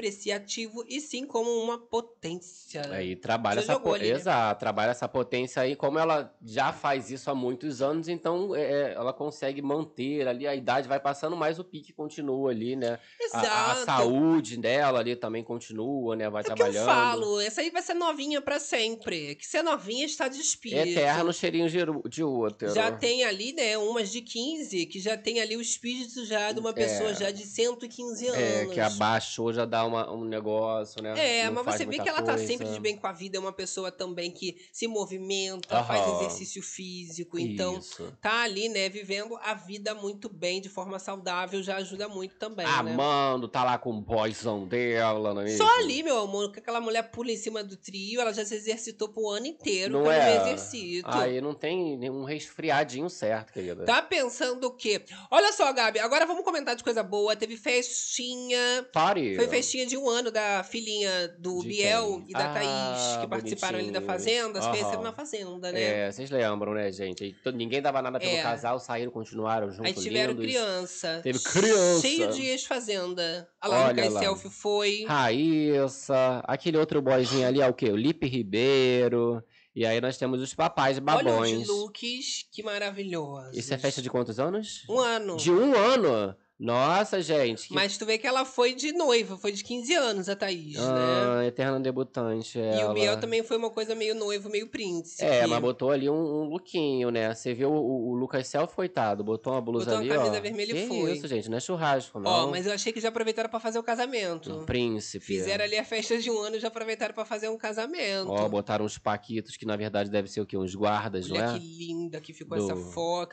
A: depreciativo e sim como uma potência.
B: Aí trabalha
A: Você
B: essa
A: jogou ali,
B: potência.
A: né?
B: Exato, trabalha essa potência aí. Como ela já faz isso há muitos anos, então é, é, ela consegue manter ali, a idade vai passando, mas o pique continua ali, né? A- A, a saúde dela ali também continua, né? Vai
A: É o que eu
B: trabalhando.
A: falo, essa aí vai ser novinha pra sempre. Que ser novinha está
B: É
A: de espírito.
B: Eterno cheirinho de ru- de útero.
A: Já tem ali, né, umas de 15, que já tem ali o espírito já de uma pessoa já de 115 anos.
B: É, que abaixou, já dá uma- um negócio, né?
A: É,
B: Não
A: mas
B: faz
A: você vê
B: muita
A: que ela tá
B: coisa.
A: sempre de bem com a vida, é uma pessoa também que se movimenta,
B: Aham.
A: faz exercício físico, então
B: Isso.
A: tá ali, né, vivendo a vida muito bem, de forma saudável, já ajuda muito também, né?
B: Amando, tá lá com o boyzão dela, não é
A: Só
B: mesmo?
A: ali, meu amor, que aquela mulher pula em cima do trio, ela já se exercitou pro ano inteiro
B: Não
A: pelo
B: é?
A: exercício.
B: Aí não tem nenhum resfriadinho certo, querida.
A: Tá pensando o quê? Olha só, Gabi, agora vamos comentar de coisa boa. Teve festinha.
B: Pare.
A: Foi festinha de um ano da filhinha do
B: De
A: Biel
B: quem?
A: e da
B: Ah,
A: Thaís, que participaram ali da
B: bonitinhos.
A: Fazenda, se
B: Aham.
A: conheceram na Fazenda, né?
B: É, vocês lembram, né, gente? E to- Ninguém dava nada pelo
A: É.
B: casal, saíram, continuaram juntos.
A: Aí tiveram
B: lindos.
A: criança.
B: Teve criança.
A: Cheio de ex-fazenda. A
B: Olha
A: Laura
B: lá.
A: Selfie foi.
B: Raíssa, aquele outro boyzinho ali é o quê? O Lipe Ribeiro. E aí nós temos os papais
A: Olha
B: babões.
A: os looks, que maravilhoso.
B: Isso é festa de quantos anos?
A: Um ano.
B: De um ano? Nossa, gente. Que...
A: Mas tu vê que ela foi de noiva, foi de 15 anos a Thaís, né?
B: ah, eterna debutante.
A: E
B: ela.
A: o Biel também foi uma coisa meio noivo, meio príncipe.
B: É, mas botou ali um, um lookinho, né? Você viu o, o Lucas Self, coitado, botou uma blusa
A: Botou uma
B: ali, ó.
A: camisa vermelha e
B: que
A: foi.
B: isso, gente, não é churrasco, não.
A: Ó, mas eu achei que já aproveitaram pra fazer o
B: Um
A: casamento.
B: príncipe.
A: Fizeram ali a festa de um ano e já aproveitaram pra fazer um casamento.
B: Ó, botaram uns paquitos, que na verdade deve ser o quê? Uns guardas,
A: Olha
B: não é?
A: que linda que ficou
B: Do
A: essa foto.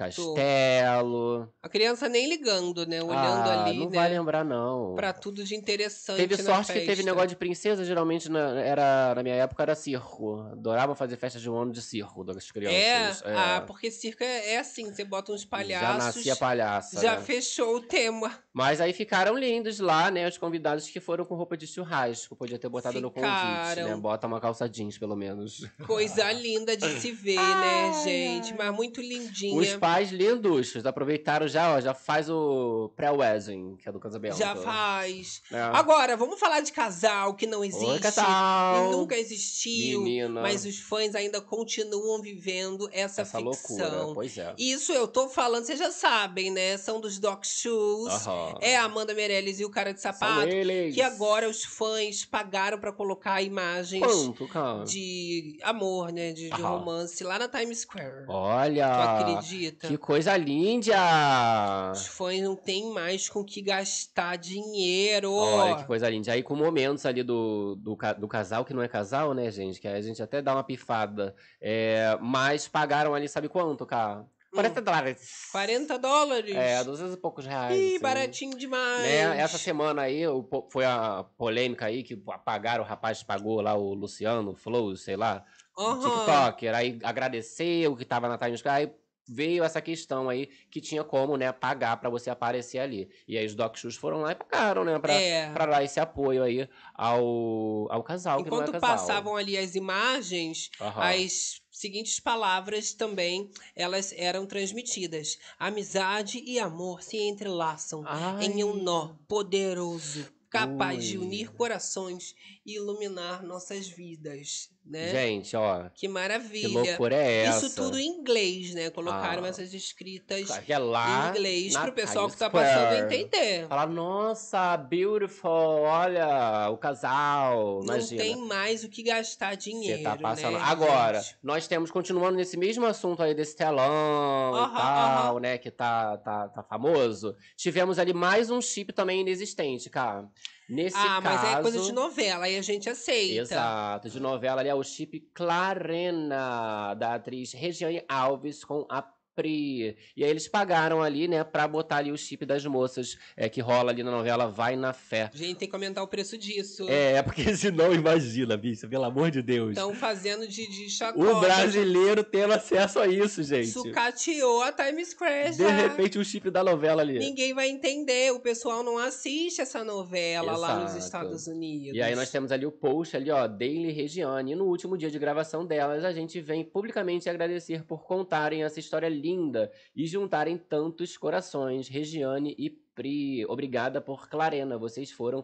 B: Castelo.
A: A criança nem ligando, né? Olhando
B: ah,
A: ali,
B: não
A: né?
B: vai lembrar, não.
A: Pra tudo de interessante.
B: Teve
A: na
B: sorte que teve
A: festa.
B: negócio de princesa, geralmente na, era, na minha época era circo. Adorava fazer festa de um ano de circo das
A: É?
B: crianças.
A: Ah, porque circo é, é assim, você bota uns
B: Já
A: palhaços.
B: nascia palhaça.
A: já
B: né?
A: fechou o tema.
B: Mas aí ficaram lindos lá, né? Os convidados que foram com roupa de churrasco. Podia ter botado no convite, né?
A: Ficaram.
B: Bota uma calça jeans, pelo menos.
A: Coisa linda de se ver, né, gente? Mas muito
B: Os
A: lindinha.
B: pais linduchos aproveitaram já, ó. Já faz o pré-wedding, que é do casamento.
A: Já faz.
B: É.
A: Agora, vamos falar de casal que não existe.
B: Oi, casal.
A: E nunca existiu.
B: Menina.
A: Mas os fãs ainda continuam vivendo essa,
B: Essa
A: ficção.
B: loucura, pois é.
A: Isso eu tô falando, vocês já sabem, né? São dos Doc Shoes.
B: Aham.
A: É a Amanda Meirelles e o cara de
B: São
A: sapato.
B: eles.
A: Que agora os fãs pagaram pra colocar imagens
B: Quanto, cara?
A: de amor, né? De, de
B: Aham. Ah,
A: romance lá na Times Square. Tu
B: Olha!
A: acredita?
B: Que coisa linda! a.
A: Os fãs não têm mais com que gastar dinheiro.
B: Olha que coisa linda. Aí com momentos ali do, do, ca- do casal, que não é casal, né, gente? Que aí a gente até dá uma pifada. É, mas pagaram ali, sabe quanto, cara?
A: Hum.
B: 40 dólares.
A: 40 dólares.
B: É, 200 e poucos reais.
A: Ih,
B: assim.
A: baratinho demais.
B: Né? Essa semana aí o po- foi a polêmica aí que apagaram, o rapaz pagou lá o Luciano, o Flow, sei lá,
A: Aham.
B: TikToker. Aí agradeceu que tava na Times Square. Aí veio essa questão aí que tinha como, né, pagar pra você aparecer ali. E aí os Doc Shoes foram lá e pagaram, né, pra,
A: É.
B: pra dar esse apoio aí ao, ao casal que
A: Enquanto
B: não é casal.
A: passavam ali as imagens,
B: Aham.
A: as seguintes palavras também elas eram transmitidas: amizade e amor se entrelaçam
B: Ai.
A: em um nó poderoso, capaz de
B: Ui.
A: unir corações e iluminar nossas vidas, né?
B: Gente, ó,
A: que maravilha!
B: que loucura é essa?
A: Isso tudo em inglês, né? Colocaram
B: Ah.
A: essas escritas
B: Que é lá
A: em inglês
B: na
A: pro pessoal
B: Times
A: que tá passando
B: Square. Tá
A: entender.
B: Falar, nossa, beautiful, olha, o casal,
A: Não
B: imagina.
A: tem mais o que gastar dinheiro.
B: Você tá passando.
A: né,
B: Agora,
A: gente?
B: nós temos, continuando nesse mesmo assunto aí desse telão
A: Aham,
B: e tal, né, que tá, tá, tá famoso, tivemos ali mais um chip também inexistente, cara. Nesse
A: ah,
B: caso...
A: mas é coisa de novela, aí a gente aceita.
B: Exato, de novela ali é o chip Clarena, da atriz Regiane Alves com a Pri. E aí eles pagaram ali, né, pra botar ali o chip das moças é, que rola ali na novela Vai na Fé.
A: Gente, tem que aumentar o preço disso.
B: É, porque senão imagina, bicho, pelo amor de Deus.
A: Estão fazendo de, de chacota.
B: o brasileiro tendo acesso a isso, gente.
A: Sucateou a Times Square
B: De
A: já.
B: repente o chip da novela ali.
A: Ninguém vai entender, o pessoal não assiste essa novela lá nos
B: Exato.
A: Estados Unidos.
B: E aí nós temos ali o post ali, ó, Daily Regiane. E no último dia de gravação delas, a gente vem publicamente agradecer por contarem essa história linda e juntarem tantos corações, Regiane e Pri. Obrigada por Clarena, vocês foram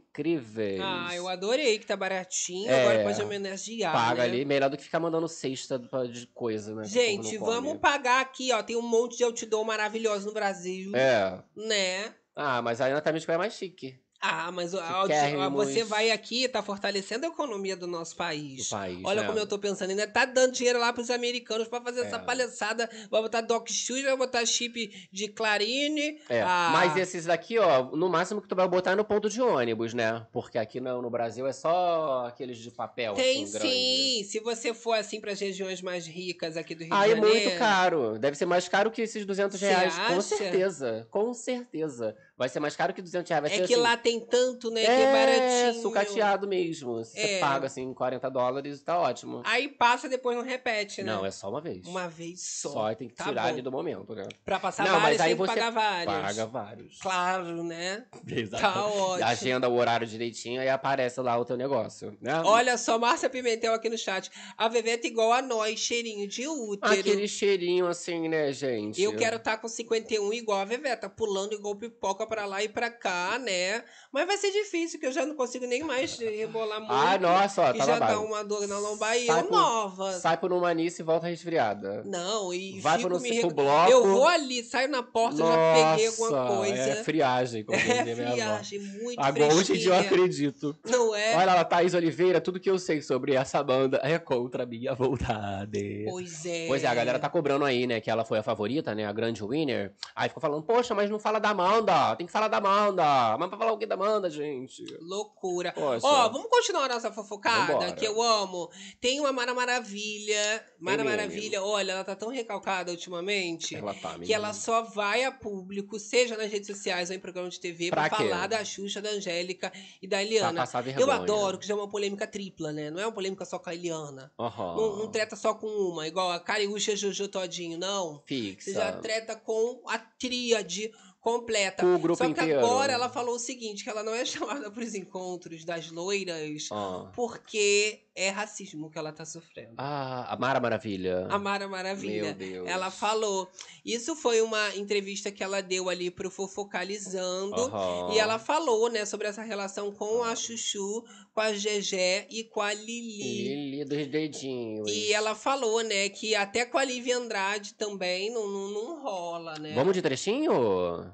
B: incríveis.
A: Ah, eu adorei que tá baratinho,
B: É.
A: agora pode homenagear,
B: Paga
A: né?
B: ali, melhor do que ficar mandando cesta pra- de coisa, né? que o povo
A: Gente,
B: não come.
A: vamos pagar aqui, ó, tem um monte de outdoor maravilhoso no Brasil,
B: É.
A: né?
B: Ah, mas aí na Times Square é mais chique.
A: Ah, mas o- a-
B: Chiquérrimos.
A: você vai aqui, tá fortalecendo a economia do nosso
B: Do
A: país.
B: país,
A: Olha
B: né?
A: como eu tô pensando, ainda tá dando dinheiro lá pros americanos pra fazer essa
B: É.
A: palhaçada. Vai botar Doc Shoes, vai botar chip de Clarine.
B: É,
A: Ah.
B: mas esses daqui, ó, no máximo que tu vai botar é no ponto de ônibus, né? Porque aqui no, no Brasil é só aqueles de papel.
A: Tem
B: assim, grande.
A: sim. Se você for assim pras regiões mais ricas aqui do Rio
B: Aí é
A: de Janeiro.
B: muito caro. Deve ser mais caro que esses 200
A: Você
B: reais. Com
A: acha?
B: certeza. Com certeza. Vai ser mais caro que 200 reais. Vai
A: É
B: ser
A: que
B: assim,
A: lá tem tanto, né?
B: é,
A: que é baratinho.
B: sucateado mesmo. Se Você
A: É.
B: paga assim 40 dólares, tá ótimo.
A: Aí passa, depois não repete, né?
B: Não, é só uma vez.
A: Uma vez só.
B: Só e tem que
A: Tá
B: tirar
A: bom.
B: ali do momento, né?
A: Pra passar
B: Não, mas
A: várias,
B: aí
A: tem que
B: você
A: pagar várias.
B: Paga vários.
A: Claro, né?
B: Exato.
A: Tá ótimo.
B: Agenda o horário direitinho e aparece lá o teu negócio, né?
A: Olha só, Márcia Pimentel aqui no chat. A Veveta igual a nós, cheirinho de útero.
B: Aquele cheirinho assim, né, gente?
A: Eu quero estar com 51 igual a Veveta, tá pulando igual pipoca pra lá e pra cá, né? Mas vai ser difícil, que eu já não consigo nem mais rebolar muito.
B: Ah, nossa, ó,
A: E
B: tá
A: já dá
B: babado.
A: uma dor na lombar e
B: Sai
A: eu
B: pro-
A: nova.
B: Sai por uma nice e volta resfriada.
A: Não, e
B: Vai
A: fico
B: pro,
A: me...
B: pro
A: rec-
B: bloco.
A: Eu vou ali, saio na porta, já peguei alguma
B: Nossa, É
A: coisa.
B: friagem, como dizia
A: É
B: minha avó.
A: friagem, muito
B: Agora hoje em dia eu
A: fresquinha.
B: acredito.
A: Não é?
B: Olha lá, Thaís Oliveira, tudo que eu sei sobre essa banda é contra a minha vontade.
A: Pois é.
B: Pois é, a galera tá cobrando aí, né, que ela foi a favorita, né, a grande winner. Aí ficou falando, poxa, mas não fala da Amanda, tem que falar da Amanda. Mas pra falar o que da Amanda, gente?
A: Loucura.
B: Poxa.
A: Ó, vamos continuar nossa fofocada,
B: Vambora.
A: que eu amo. Tem uma Mara Maravilha. Mara
B: mesmo.
A: Maravilha, olha, ela tá tão recalcada ultimamente.
B: Ela tá, menina.
A: Que ela só vai a público, seja nas redes sociais ou em programa de TV, pra,
B: Pra quê?
A: falar da Xuxa, da Angélica e da
B: Pra
A: Eliana.
B: passar vergonha.
A: Eu adoro que já é uma polêmica tripla, né? Não é uma polêmica só com a Eliana.
B: Aham.
A: Não, não treta só com uma, igual a Cariúcha e a Jojo Todinho, não.
B: Fixa.
A: Você já treta com a tríade completa.
B: Com o grupo
A: Só que
B: inteiro.
A: agora ela falou o seguinte, que ela não é chamada para os encontros das loiras
B: Ah.
A: porque é racismo que ela tá sofrendo.
B: Ah, a Mara Maravilha.
A: A Mara Maravilha.
B: Meu Deus.
A: Ela falou. Isso foi uma entrevista que ela deu ali pro Fofocalizando.
B: Aham.
A: E ela falou, né, sobre essa relação com a Chuchu, com a Gegé e com a Lili.
B: Ele dos dedinhos.
A: E ela falou, né, que até com a Lívia Andrade também não, não, não rola, né?
B: Vamos de trechinho?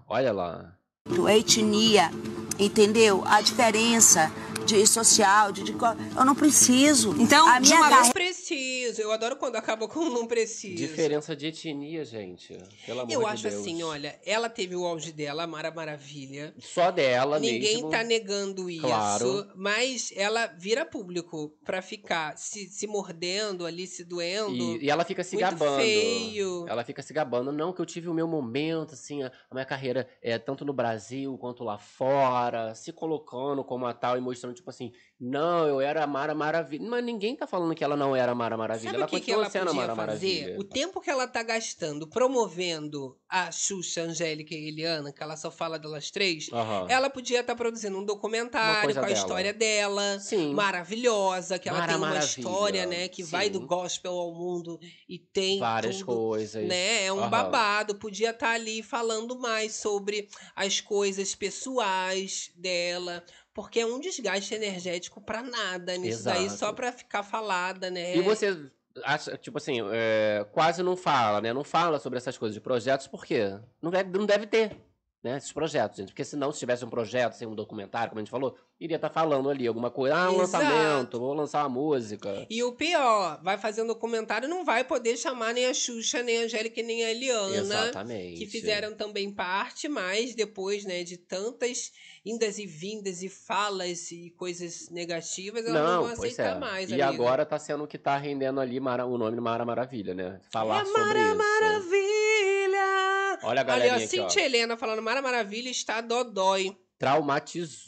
B: Olha lá.
C: Tua etnia Entendeu? A diferença de social, de, de co- eu não preciso.
E: Então,
C: a
E: de
C: minha
E: uma
A: Não
E: vez
C: carre-
A: preciso. Eu adoro quando acaba com não preciso.
B: Diferença de etnia, gente. Pelo amor
A: Eu
B: de
A: acho
B: Deus.
A: assim, olha, ela teve o auge dela, a Mara Maravilha.
B: Só dela
A: Ninguém
B: mesmo.
A: tá negando isso,
B: Claro.
A: mas ela vira público pra ficar se, se mordendo ali, se doendo.
B: E, e ela fica se
A: Muito
B: gabando.
A: feio.
B: Ela fica se gabando. Não, que eu tive o meu momento, assim, a a minha carreira é tanto no Brasil quanto lá fora, se colocando como a tal e mostrando, tipo assim, não, eu era a Mara Maravilha. Mas ninguém tá falando que ela não era a Mara Maravilha.
A: Sabe
B: ela
A: o que, que
B: continua
A: ela
B: sendo a Mara
A: podia fazer?
B: Maravilha.
A: O tempo que ela tá gastando promovendo a Xuxa, Angélica e Eliana, que ela só fala delas três,
B: Aham.
A: ela podia estar produzindo um
B: Uma
A: documentário
B: coisa
A: com a
B: dela.
A: história dela.
B: Sim.
A: Maravilhosa, que ela
B: Mara
A: tem uma
B: Maravilha,
A: história, né? Que vai do
B: sim.
A: gospel ao mundo e tem
B: Várias
A: tudo,
B: coisas.
A: né? É um
B: Aham.
A: babado. Podia estar ali falando mais sobre as coisas pessoais dela. Porque é um desgaste energético pra nada nisso daí,
B: Exato.
A: só pra ficar falada, né?
B: E você, acha, tipo assim, é, quase não fala, né? Não fala sobre essas coisas de projetos, por quê? Não deve, não deve ter, né? Esses projetos, gente. Porque senão, se tivesse um projeto, sem um documentário, como a gente falou, iria estar falando ali alguma coisa. Ah, um
A: Exato. É,
B: lançamento, vou lançar uma música.
A: E o pior, vai fazer um documentário, não vai poder chamar nem a Xuxa, nem a Angélica, nem a Eliana.
B: Exatamente.
A: né,
B: é.
A: que fizeram também parte, mas depois, né, de tantas indas e vindas e falas e coisas negativas, elas não, vão
B: Não, pois
A: aceitar
B: é.
A: mais.
B: e
A: amiga.
B: agora tá sendo o que tá rendendo ali Mara- o nome Mara Maravilha, né? Falar
A: É
B: sobre
A: Mara
B: isso.
A: Maravilha!
B: Olha a
A: Olha,
B: galerinha
A: ó,
B: aqui, ó.
A: Cintia Helena falando Mara Maravilha está dodói.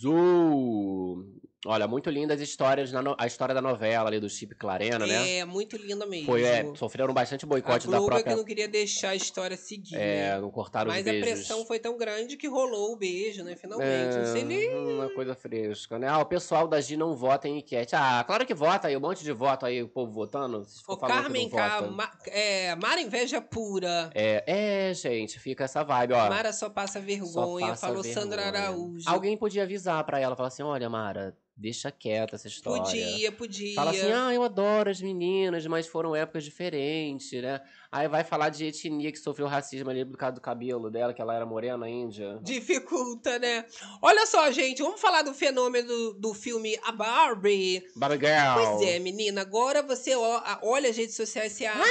B: Traumatizou. Olha, muito lindas histórias, na no- a história da novela ali do Chip Clarena, né?
A: É, muito linda mesmo.
B: Foi, é, sofreram bastante
A: a
B: boicote da
A: Globo é
B: própria.
A: que não queria deixar a história seguir, né?
B: É, não cortaram
A: Mas
B: os
A: a
B: beijos.
A: pressão foi tão grande que rolou o beijo, né? Finalmente.
B: É,
A: Não sei nem.
B: Uma coisa fresca, né? Ah, o pessoal da G não vota em enquete. Ah, claro que vota aí, um monte de voto aí, o povo votando. Vocês ficam
A: O
B: falando
A: Carmen
B: que não né?
A: K.
B: vota.
A: Ma- é, Mara Inveja Pura.
B: É, é, gente, fica essa vibe, ó.
A: Mara só passa
B: Só
A: vergonha,
B: passa
A: falou
B: vergonha.
A: Sandra Araújo.
B: Alguém podia avisar pra ela, falar assim: olha, Mara, deixa quieta essa história.
A: podia, podia.
B: Fala assim, ah, eu adoro as meninas, mas foram épocas diferentes, né? Aí vai falar de etnia que sofreu racismo ali por causa do cabelo dela, que ela era morena, índia.
A: Dificulta, né? Olha só, gente, vamos falar do fenômeno do, do filme A Barbie.
B: Barbie Girl.
A: Pois é, menina, agora você ó- a- olha as redes sociais, se abre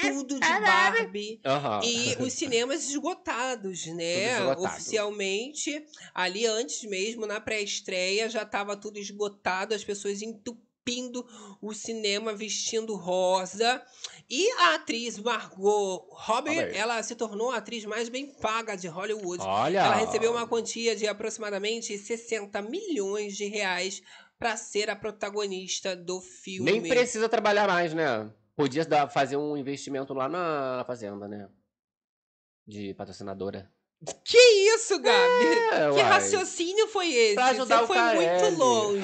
A: tudo de Barbie.
B: Aham.
A: E os cinemas esgotados, né?
B: Ah. Tudo esgotado.
A: Oficialmente, ali antes mesmo, na pré-estreia, já estava tudo esgotado, as pessoas entupindo o cinema vestindo rosa. E a atriz Margot Robbie,
B: Olha aí.
A: ela se tornou a atriz mais bem paga de Hollywood.
B: Olha.
A: Ela recebeu uma quantia de aproximadamente 60 milhões de reais para ser a protagonista do filme.
B: Nem precisa trabalhar mais, né? Podia dar- fazer um investimento lá na fazenda, né? De patrocinadora.
A: Que isso, Gabi?
B: É,
A: Que
B: uai.
A: raciocínio foi esse?
B: Pra ajudar
A: Você
B: o
A: foi
B: Carelli.
A: muito longe.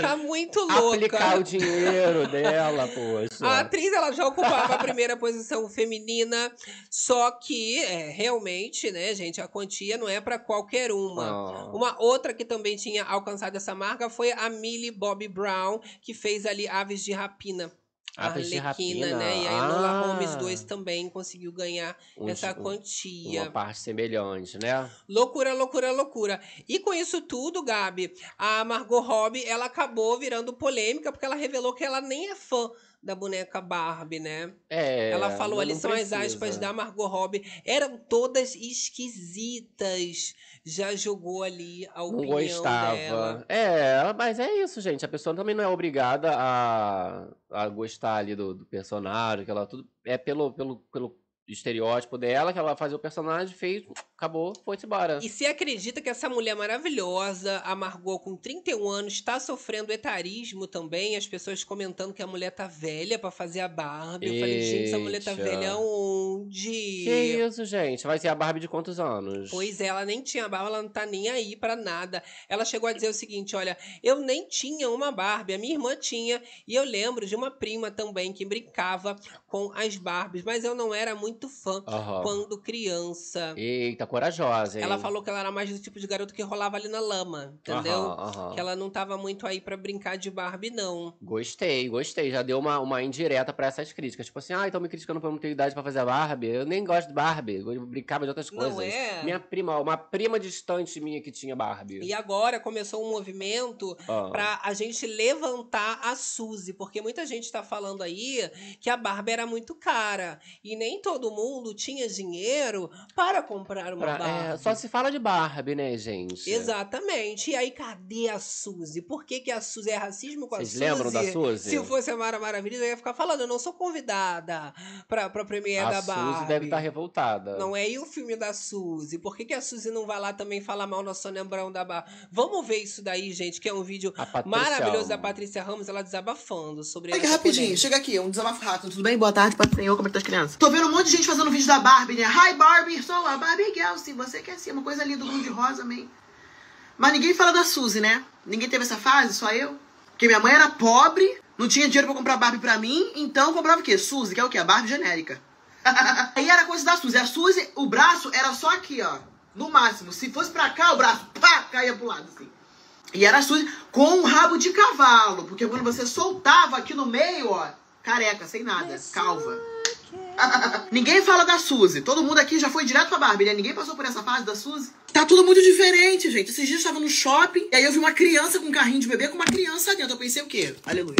A: Tá muito
B: Aplicar
A: louca. Ah,
B: o dinheiro dela,
A: A
B: poxa.
A: atriz ela já ocupava a primeira posição feminina, só que é, realmente, né, gente, a quantia não é pra qualquer uma.
B: Não.
A: Uma outra que também tinha alcançado essa marca foi a Millie Bobby Brown, que fez ali Aves de Rapina.
B: Aves de Rapina,
A: né? E a Enola
B: ah.
A: Holmes 2 também conseguiu ganhar
B: Um-
A: essa
B: um-
A: quantia.
B: uma parte semelhante, né?
A: Loucura, loucura, loucura. E com isso tudo, Gabi, a Margot Robbie, ela acabou virando polêmica porque ela revelou que ela nem é fã da boneca Barbie, né?
B: É,
A: ela falou
B: não-
A: ali,
B: não
A: são as
B: precisa.
A: aspas da Margot Robbie, eram todas esquisitas. Já jogou ali a
B: Não
A: opinião
B: gostava.
A: dela.
B: É, mas é isso, gente. A pessoa também não é obrigada a, a gostar ali do, do personagem, que ela tudo. É pelo, pelo, pelo estereótipo dela que ela fazia o personagem, fez, acabou, foi-se embora.
A: E se acredita que essa mulher maravilhosa, a Margot, com 31 anos, está sofrendo etarismo também? As pessoas comentando que a mulher tá velha pra fazer a Barbie. Eu falei, gente, essa mulher tá
B: Eita.
A: velha
B: Que
A: onde?
B: isso, gente? Vai ser a Barbie de quantos anos?
A: Pois é, ela nem tinha barba, ela não tá nem aí pra nada. Ela chegou a dizer o seguinte: olha, eu nem tinha uma Barbie, a minha irmã tinha, e eu lembro de uma prima também que brincava com as Barbies, mas eu não era muito muito fã
B: Aham.
A: quando criança.
B: Eita, corajosa, hein?
A: Ela falou que ela era mais do tipo de garoto que rolava ali na lama, entendeu?
B: Aham, aham.
A: Que ela não tava muito aí pra brincar de Barbie, não.
B: Gostei, gostei. Já deu uma, uma indireta pra essas críticas. Tipo assim, ah, então me criticando por eu não ter idade pra fazer Barbie. Eu nem gosto de Barbie. Eu brincava de outras
A: Não
B: coisas.
A: é?
B: Minha prima, uma prima distante minha que tinha Barbie.
A: E agora começou um movimento
B: Ah.
A: pra a gente levantar a Suzy, porque muita gente tá falando aí que a Barbie era muito cara e nem todo mundo tinha dinheiro para comprar uma
B: Pra-
A: Barbie.
B: é, só se fala de Barbie, né, gente?
A: Exatamente. E aí, cadê a Suzy? Por que, que a Suzy é racismo com a
B: Vocês
A: Suzy?
B: lembram da Suzy?
A: Se fosse a Mara Maravilha, eu ia ficar falando, eu não sou convidada pra, pra premiere
B: a
A: é da Barbie.
B: Suzy deve tá estar revoltada.
A: Não é? E o filme da Suzy? Por que, que a Suzy não vai lá também falar mal na Sônia Brown da Barbie? Vamos ver isso daí, gente, que é um vídeo
B: A Patrícia
A: maravilhoso da
B: Alma.
A: Patrícia Ramos, ela desabafando sobre...
D: Chega
A: essa
D: rapidinho,
A: polêmica.
D: chega aqui, um desabafo rápido. Tudo bem? Boa tarde, pode senhor, como é que tá as crianças? Tô vendo um monte de gente fazendo vídeo da Barbie, né? Hi Barbie, sou a Barbie Girl, se você quer ser uma coisa linda, do mundo de rosa, amém. Mas ninguém fala da Suzy, né? Ninguém teve essa fase, só eu. Porque minha mãe era pobre, não tinha dinheiro pra comprar Barbie pra mim, então comprava o quê? Suzy, que é o quê? A Barbie genérica. Aí era coisa da Suzy. A Suzy, o braço era só aqui, ó. No máximo. Se fosse pra cá, o braço, pá, caía pro lado, assim. E era Suzy com um rabo de cavalo, porque quando você soltava aqui no meio, ó, careca, sem nada, calva. Ninguém fala da Suzy. Todo mundo aqui já foi direto pra Barbie, né? Ninguém passou por essa fase da Suzy. Tá tudo muito diferente, gente. Esses dias eu tava no shopping, e aí eu vi uma criança com um carrinho de bebê com uma criança dentro. Eu pensei o quê? Aleluia.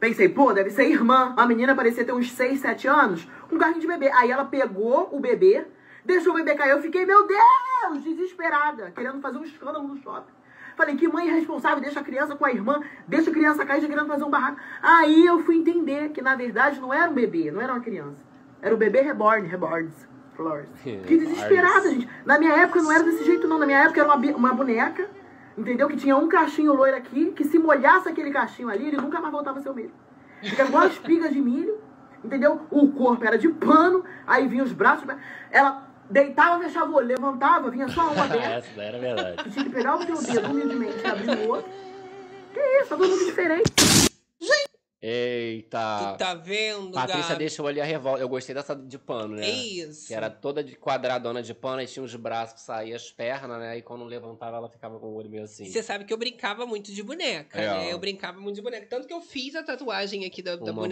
D: Pensei, pô, deve ser irmã. A menina parecia ter uns 6, 7 anos, com um carrinho de bebê. Aí ela pegou o bebê, deixou o bebê cair. Eu fiquei, meu Deus, desesperada, querendo fazer um escândalo no shopping. Falei, que mãe irresponsável, deixa a criança com a irmã, deixa a criança cair, já querendo fazer um barraco. Aí eu fui entender que, na verdade, não era um bebê, não era uma criança. Era o bebê reborn, reborns, flores. Que desesperada, gente. Na minha época não era desse jeito, não. Na minha época era uma, bi- uma boneca, entendeu? Que tinha um cachinho loiro aqui, que se molhasse aquele cachinho ali, ele nunca mais voltava a ser o mesmo. Ficava igual as espigas de milho, entendeu? O corpo era de pano, aí vinha os braços. Ela deitava, fechava o olho, levantava, vinha só uma dela.
B: Ah, Essa daí era verdade.
D: Tu tinha que pegar o teu dedo humildemente, abrir o outro. Que isso, tá todo mundo diferente.
B: Eita.
A: Tu tá vendo,
B: Ah, Patrícia
A: Gabi?
B: deixou ali a revolta. Eu gostei dessa de pano, né?
A: É isso.
B: Que era toda de quadradona de pano, aí tinha os braços que saíam as pernas, né? E quando levantava, ela ficava com o olho meio assim.
A: Você sabe que eu brincava muito de boneca,
B: É,
A: né?
B: ó.
A: Eu brincava muito de boneca. Tanto que eu fiz a tatuagem aqui da, da
B: Uma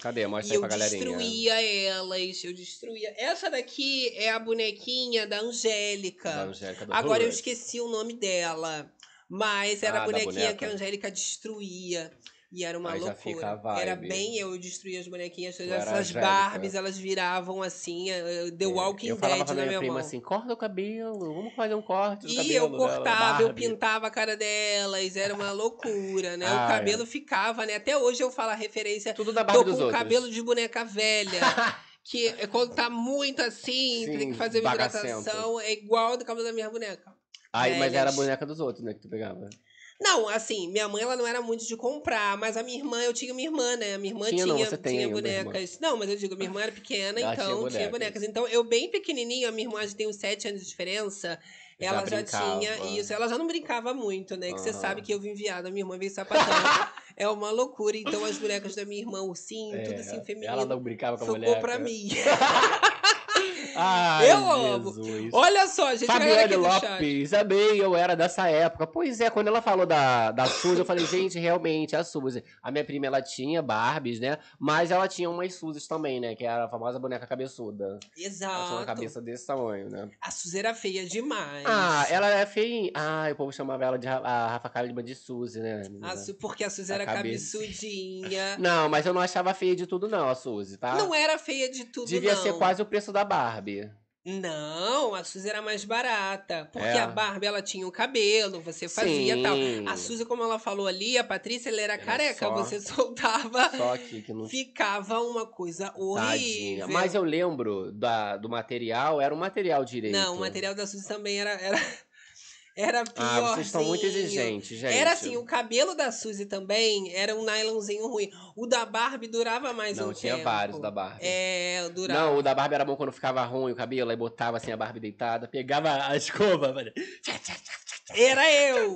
B: Cadê?
A: E
B: Mostra aí
A: eu
B: pra galerinha.
A: destruía elas, eu destruía. Essa daqui é a bonequinha da Angélica.
B: Da Angélica do
A: Agora eu
B: Rugrats.
A: esqueci o nome dela. Mas era
B: Ah,
A: a
B: da
A: bonequinha
B: boneca.
A: que a Angélica destruía. E era uma
B: Aí já
A: loucura.
B: fica a vibe.
A: Era bem eu, eu destruía as bonequinhas.
B: era a
A: Essas
B: Angélica.
A: Barbies, elas viravam assim, eh, The Walking
B: É. eu falava
A: Dead
B: pra
A: na
B: minha,
A: minha
B: prima
A: mão.
B: assim, corta o cabelo, vamos fazer um corte do
A: E
B: cabelo
A: eu cortava,
B: dela,
A: eu
B: Barbie."
A: pintava a cara delas, era uma loucura, né?
B: Ah,
A: o cabelo ficava, né? Até hoje eu falo a referência.
B: Tudo da
A: Tô
B: Barbie
A: com
B: dos
A: o
B: outros.
A: cabelo de boneca velha. que é quando tá muito assim,
B: Sim,
A: tem que fazer uma
B: bagacento.
A: hidratação, é igual ao do cabelo da minha boneca.
B: Ai, mas
A: velhas.
B: era a boneca dos outros, né, que tu pegava.
A: Não, assim, minha mãe ela não era muito de comprar, mas a minha irmã, eu tinha minha irmã, né? A minha irmã
B: Tinha,
A: tinha,
B: não, você tem
A: tinha
B: ainda, irmã.
A: bonecas. Não, mas eu digo, minha irmã era pequena,
B: Ela tinha
A: então tinha bonecas.
B: bonecas.
A: Então, eu bem pequenininha, a minha irmã a gente tem uns 7 anos de diferença.
B: Já
A: ela já
B: brincava.
A: tinha isso, ela já não brincava muito, né? Que você
B: Aham.
A: sabe que eu vim viada, minha irmã veio sapatão. é uma loucura. Então as bonecas da minha irmã, ursinho,
B: É,
A: tudo assim feminino.
B: Ela não brincava com a
A: Ficou
B: boneca.
A: pra mim.
B: Ai,
A: Eu amo.
B: Jesus.
A: Olha só, gente, a galera
B: Fabiane
A: aqui do chat.
B: Lopes, amei, eu era dessa época. Pois é, quando ela falou da, da Suzy, eu falei, gente, realmente, é a Suzy. A minha prima, ela tinha Barbies, né? Mas ela tinha umas Suzys também, né? Que era a famosa boneca cabeçuda. Ela tinha uma
A: Exato.
B: cabeça desse tamanho, né?
A: A Suzeira feia demais.
B: Ah, ela é feia. Ah, o povo chamava ela de Ra- a Rafa Kalimann de Suzy, né? menina?
A: A Su- porque a Suzy era
B: A cabeça.
A: cabeçudinha.
B: Não, mas eu não achava feia de tudo, não, a Suzy, tá?
A: Não era feia de tudo,
B: Devia
A: não.
B: ser quase o preço da Barbie.
A: Não, a Suzy era mais barata. Porque
B: É.
A: a Barbie, ela tinha o cabelo, você fazia
B: Sim.
A: e tal. A Suzy, como ela falou ali, a Patrícia, ela era,
B: Era
A: careca.
B: só-
A: Você soltava,
B: Só que, que não
A: ficava uma coisa
B: Tadinha.
A: horrível.
B: Mas eu lembro da, do material, era um material direito.
A: Não, o material da Suzy também era... era... Era
B: Ah,
A: piorzinho.
B: vocês estão muito exigentes, gente.
A: Era assim, o cabelo da Suzy também era um nylonzinho ruim. O da Barbie durava mais
B: Não,
A: um
B: tinha
A: tempo.
B: vários da Barbie.
A: É, durava.
B: Não, o da Barbie era bom quando ficava ruim o cabelo, aí botava assim a Barbie deitada, pegava a escova, falei,
A: Era eu.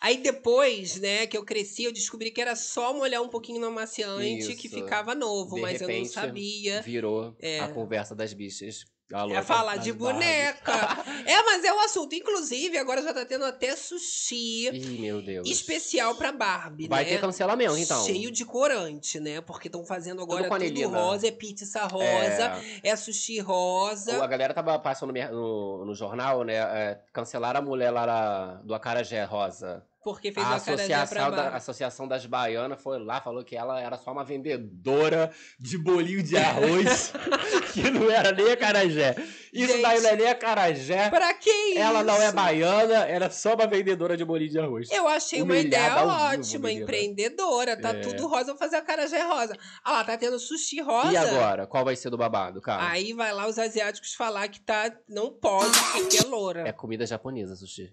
A: Aí depois, né, que eu cresci, eu descobri que era só molhar um pouquinho no amaciante que
B: Isso.
A: ficava novo,
B: De
A: mas eu não
B: repente,
A: sabia.
B: Virou
A: É.
B: a conversa das bichas. A
A: É
B: louca
A: falar
B: das
A: de
B: Barbies.
A: boneca. é, mas é o assunto. Inclusive, agora já tá tendo até sushi
B: Ih, meu Deus.
A: especial pra Barbie,
B: Vai
A: né?
B: ter cancelamento, então.
A: Cheio de corante, né? Porque estão fazendo agora
B: com
A: tudo
B: anilina.
A: rosa, é pizza rosa, é, sushi rosa.
B: A galera tava passando no, mer- no- no jornal, né? É, cancelaram a mulher lá da- do Acarajé Rosa.
A: Porque fez
B: A
A: uma cara pra
B: associação, da, a
A: Barbie.
B: associação das Baianas foi lá, falou que ela era só uma vendedora de bolinho de arroz, que não era nem acarajé. Isso
A: Gente.
B: daí não é nem acarajé.
A: Pra que isso? É
B: Ela não é baiana, ela é só uma vendedora de bolinho de arroz.
A: Eu achei uma
B: Humilhada
A: ideia
B: ao vivo,
A: ótima,
B: menina.
A: empreendedora. Tá
B: É.
A: tudo rosa, vou fazer a cara já rosa. Ah lá, tá tendo sushi rosa.
B: E agora? Qual vai ser do babado, cara?
A: Aí vai lá os asiáticos falar que tá. Não pode, porque é loura.
B: É comida japonesa, sushi.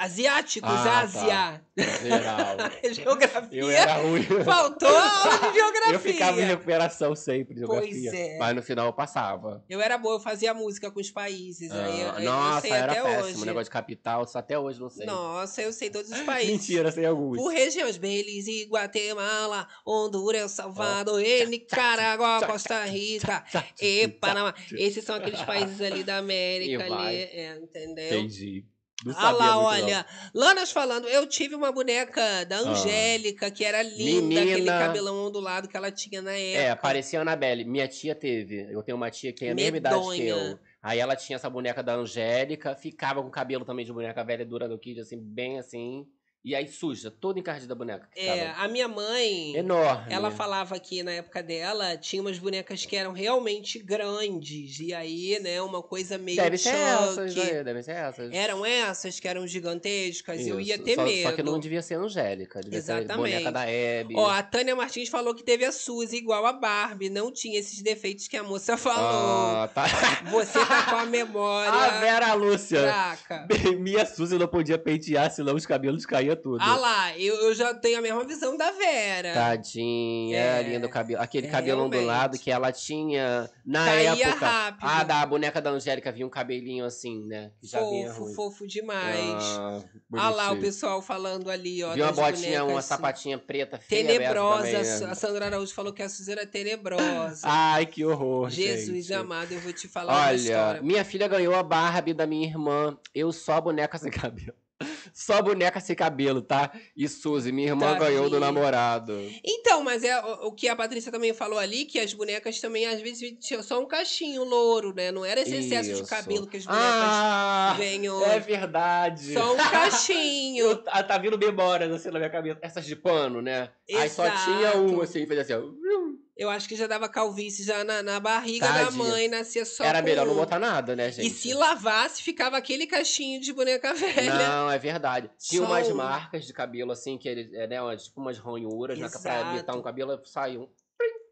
A: Asiáticos,
B: Ah,
A: Ásia.
B: Geral.
A: Geografia.
B: Eu era ruim.
A: Faltou a aula de geografia.
B: Eu ficava em recuperação sempre, de
A: Pois
B: geografia.
A: é.
B: Mas no final eu passava.
A: Eu era boa, eu fazia música com os países. aí é, eu,
B: Ah,
A: eu
B: nossa,
A: sei
B: era
A: até
B: péssimo.
A: hoje.
B: Negócio de capital, só até hoje não sei.
A: Nossa, eu sei todos os países.
B: Mentira, sei alguns.
A: Por regiões, Belize, Guatemala, Honduras, El Salvador, e Nicarágua, Costa Rica e Panamá. Esses são aqueles países ali da América,
B: E vai.
A: ali, é, entendeu?
B: Entendi. Não
A: Ah
B: sabia
A: lá,
B: muito, não. Ah.
A: olha. Lanas falando, eu tive uma boneca da Angélica, que era linda, aquele
B: Menina.
A: cabelão ondulado que ela tinha na
B: É,
A: época.
B: parecia a Anabelle. Minha tia teve. Eu tenho uma tia que tem a mesma idade que
A: Medonha.
B: eu. Aí ela tinha essa boneca da Angélica, ficava com o cabelo também de boneca velha, dura do Kid, assim, bem assim. E aí suja, toda encardida a boneca. que
A: É,
B: ficava
A: a minha mãe.
B: Enorme. né?
A: Ela falava que na época dela tinha umas bonecas que eram realmente grandes. E aí, né, uma coisa meio
B: Deve ser essas,
A: choque.
B: né? Deve ser essas.
A: Eram essas que eram gigantescas, eu ia
B: Isso.
A: ter
B: só,
A: medo.
B: Só que não devia ser Angélica, devia ser
A: Exatamente.
B: boneca da Hebe.
A: Ó, a Tânia Martins falou que teve a Suzy igual a Barbie, não tinha esses defeitos que a moça falou.
B: Ah, tá.
A: Você tá com a
B: A
A: memória
B: Vera Lúcia.
A: fraca.
B: Minha Suzy não podia pentear, senão os cabelos caíam tudo.
A: Ah lá, eu, eu já tenho a mesma visão da Vera.
B: Tá, Tadinha,
A: É,
B: linda o cabelo. Aquele
A: é,
B: cabelo ondulado
A: realmente.
B: que ela tinha na
A: Caía
B: época.
A: rápido.
B: Ah, da boneca da Angélica vinha um cabelinho assim, né? Que já vinha
A: fofo,
B: ruim.
A: fofo demais. Ah, lá
B: Ah,
A: o
B: bonitinho.
A: pessoal falando ali, ó.
B: Viu uma
A: das
B: botinha, uma
A: bonecas.
B: sapatinha preta feia dessa
A: Tenebrosa.
B: também,
A: a
B: né?
A: Sandra Araújo falou que a Suzy era tenebrosa.
B: Ai, que horror,
A: Jesus
B: gente.
A: amado, eu vou te falar uma
B: Olha,
A: história.
B: minha filha ganhou a Barbie da minha irmã. Eu só boneca sem cabelo. Só boneca sem cabelo, tá? E Suzy, minha irmã
A: Tadinha.
B: ganhou do namorado.
A: Então, mas é o o que a Patrícia também falou ali, que as bonecas também, às vezes, tinham só um cachinho louro, né? Não era esse excesso
B: Isso.
A: de cabelo que as bonecas
B: Ah,
A: ganham.
B: é verdade.
A: Só um cachinho.
B: Eu- ah, tá vindo memórias assim na minha cabeça. Essas de pano, né? Aí só
A: Exato.
B: tinha um, assim, fez assim, ó.
A: Eu acho que já dava calvície já na, na barriga da
B: Tadinha.
A: mãe, nascia só
B: Era
A: com
B: melhor não
A: um.
B: botar nada, né, gente?
A: E se lavasse, ficava aquele cachinho de boneca velha.
B: Não, é verdade. Tinha
A: Só
B: umas
A: um.
B: marcas de cabelo, assim, que ele, é, né, umas- tipo umas ranhuras, né, que pra
A: Exato.
B: imitar um cabelo, saiu.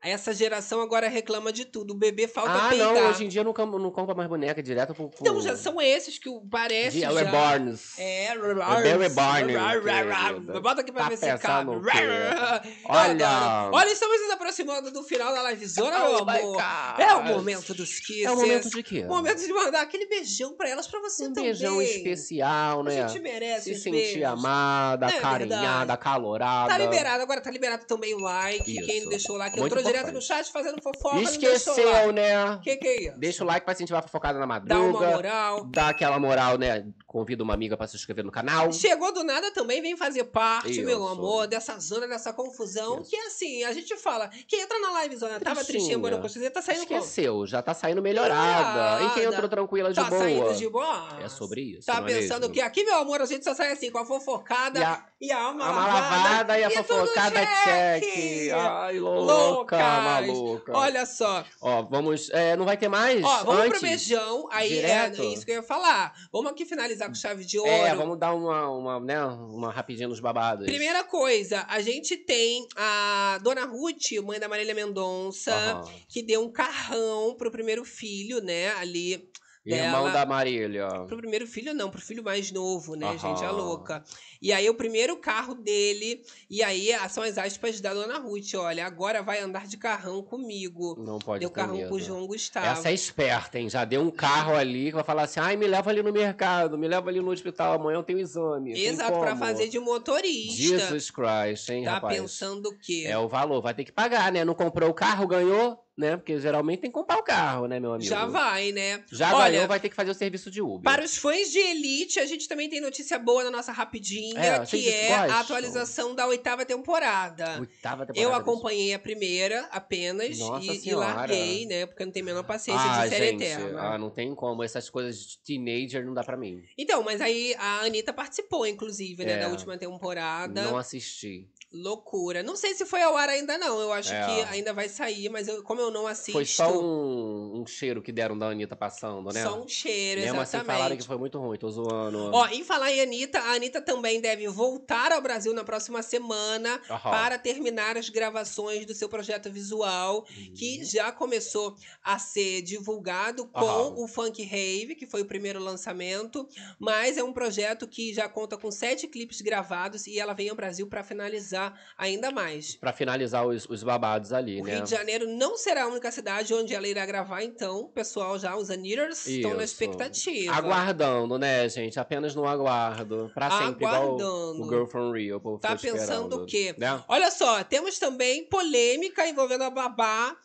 A: Essa geração agora reclama de tudo. O bebê falta
B: Ah,
A: peitar.
B: não, hoje em dia não, com- não compra mais boneca direto pro... pro...
A: Então já são esses que o- parece
B: de
A: já.
B: Reborns.
A: É,
B: Barry Barnes, querida.
A: Bota aqui pra
B: Tá
A: ver se cabe.
B: pensando o quê?
A: Eu
B: Olha.
A: adoro. Olha, estamos nos aproximando do final da livezona,
B: Oh
A: meu
B: my
A: amor.
B: God.
A: É o momento dos kisses.
B: É o momento de quê?
A: Momento de mandar aquele beijão pra elas, pra você
B: um
A: também.
B: beijão especial, né?
A: A gente merece
B: Se
A: uns
B: sentir
A: beijos.
B: amada,
A: É verdade.
B: carinhada, calorada.
A: Tá liberado, agora tá liberado também o like.
B: Isso.
A: Quem não deixou o like,
B: Muito
A: entrou direto no
B: importante.
A: chat fazendo fofoca. Não deixou o
B: Esqueceu,
A: like.
B: né?
A: Que que é isso?
B: Deixa o like pra incentivar a fofocada na
A: Dá uma
B: madruga.
A: moral.
B: Dá aquela moral, né? Convida uma amiga pra se inscrever no canal.
A: Chegou do nada também, vem fazer parte,
B: um Isso.
A: meu amor, dessa zona, dessa confusão.
B: Isso.
A: Que assim, a gente fala, quem entra na live zona tava
B: Tristinha.
A: tristinha, bora costezinha, tá saindo como?
B: Esqueceu, já tá saindo melhorada. E quem
A: Melhorada.
B: entrou tranquila de
A: Tá
B: boa.
A: saindo de boa?
B: É sobre isso,
A: Tá
B: não é
A: pensando
B: mesmo?
A: que aqui, meu amor, a gente só sai assim, com a fofocada
B: E a,
A: e a alma
B: a malavada e a
A: tudo
B: fofocada é
A: cheque.
B: cheque. Ai,
A: Loucas.
B: louca, maluca.
A: Olha só,
B: Ó, vamos. é, não vai ter mais?
A: ó, vamos
B: antes?
A: pro beijão, aí é,
B: Direto?
A: isso que eu ia falar. Vamos aqui finalizar com chave de ouro.
B: É, vamos dar uma, uma, né, uma rapidinha nos babados.
A: Primeira coisa, a gente tem a Dona Ruth, mãe da Marília Mendonça,
B: Aham.
A: que deu um carrão pro primeiro filho, né? Ali
B: Irmão dela, da Marília.
A: Pro primeiro filho, não, pro filho mais novo, né, Aham. gente? É louca. E aí, o primeiro carro dele, e aí são as aspas da dona Ruth: olha, agora vai andar de carrão comigo.
B: Não pode
A: Deu carrão
B: medo.
A: com o João Gustavo.
B: Essa é esperta, hein? Já deu um carro ali que vai falar assim: ai, me leva ali no mercado, me leva ali no hospital, amanhã eu tenho exame.
A: Exato, pra fazer de motorista.
B: Jesus Christ, hein,
A: tá
B: rapaz?
A: Tá pensando o quê?
B: É o valor, vai ter que pagar, né? Não comprou o carro, ganhou né? Porque geralmente tem que comprar o carro, né, meu amigo?
A: Já vai, né?
B: Já Olha, ganhou, vai ter que fazer o serviço de Uber.
A: Para os fãs de Elite, a gente também tem notícia boa na nossa rapidinha, é, que é gosta. a atualização da oitava temporada.
B: Oitava temporada.
A: Eu acompanhei a primeira apenas e, e, larguei, né? Porque não tem a menor paciência ah, de série gente, eterna.
B: Ah, não tem como. Essas coisas de teenager não dá pra mim.
A: Então, mas aí a Anitta participou, inclusive, né? É, da última temporada.
B: Não assisti.
A: Loucura. Não sei se foi ao ar ainda, não. Eu acho é. que ainda vai sair, mas eu, como eu não assisto.
B: Foi só um, um, cheiro que deram da Anitta passando, né?
A: Só um cheiro, Mesmo exatamente.
B: Assim, falaram que foi muito ruim, tô zoando.
A: Ó, em falar em Anitta, a Anitta também deve voltar ao Brasil na próxima semana uhum. para terminar as gravações do seu projeto visual, uhum. que já começou a ser divulgado com uhum. o Funk Rave, que foi o primeiro lançamento. Mas é um projeto que já conta com sete clipes gravados e ela vem ao Brasil para finalizar ainda mais.
B: Para finalizar os, os, babados ali,
A: o
B: né?
A: Rio de Janeiro não será a única cidade onde ela irá gravar, então, pessoal, já os Anitters estão na expectativa.
B: Aguardando, né, gente? Apenas no aguardo. Pra tá sempre, Aguardando. o, o Girl from Rio. O
A: tá pensando o quê? Né? Olha só, temos também polêmica envolvendo a babá.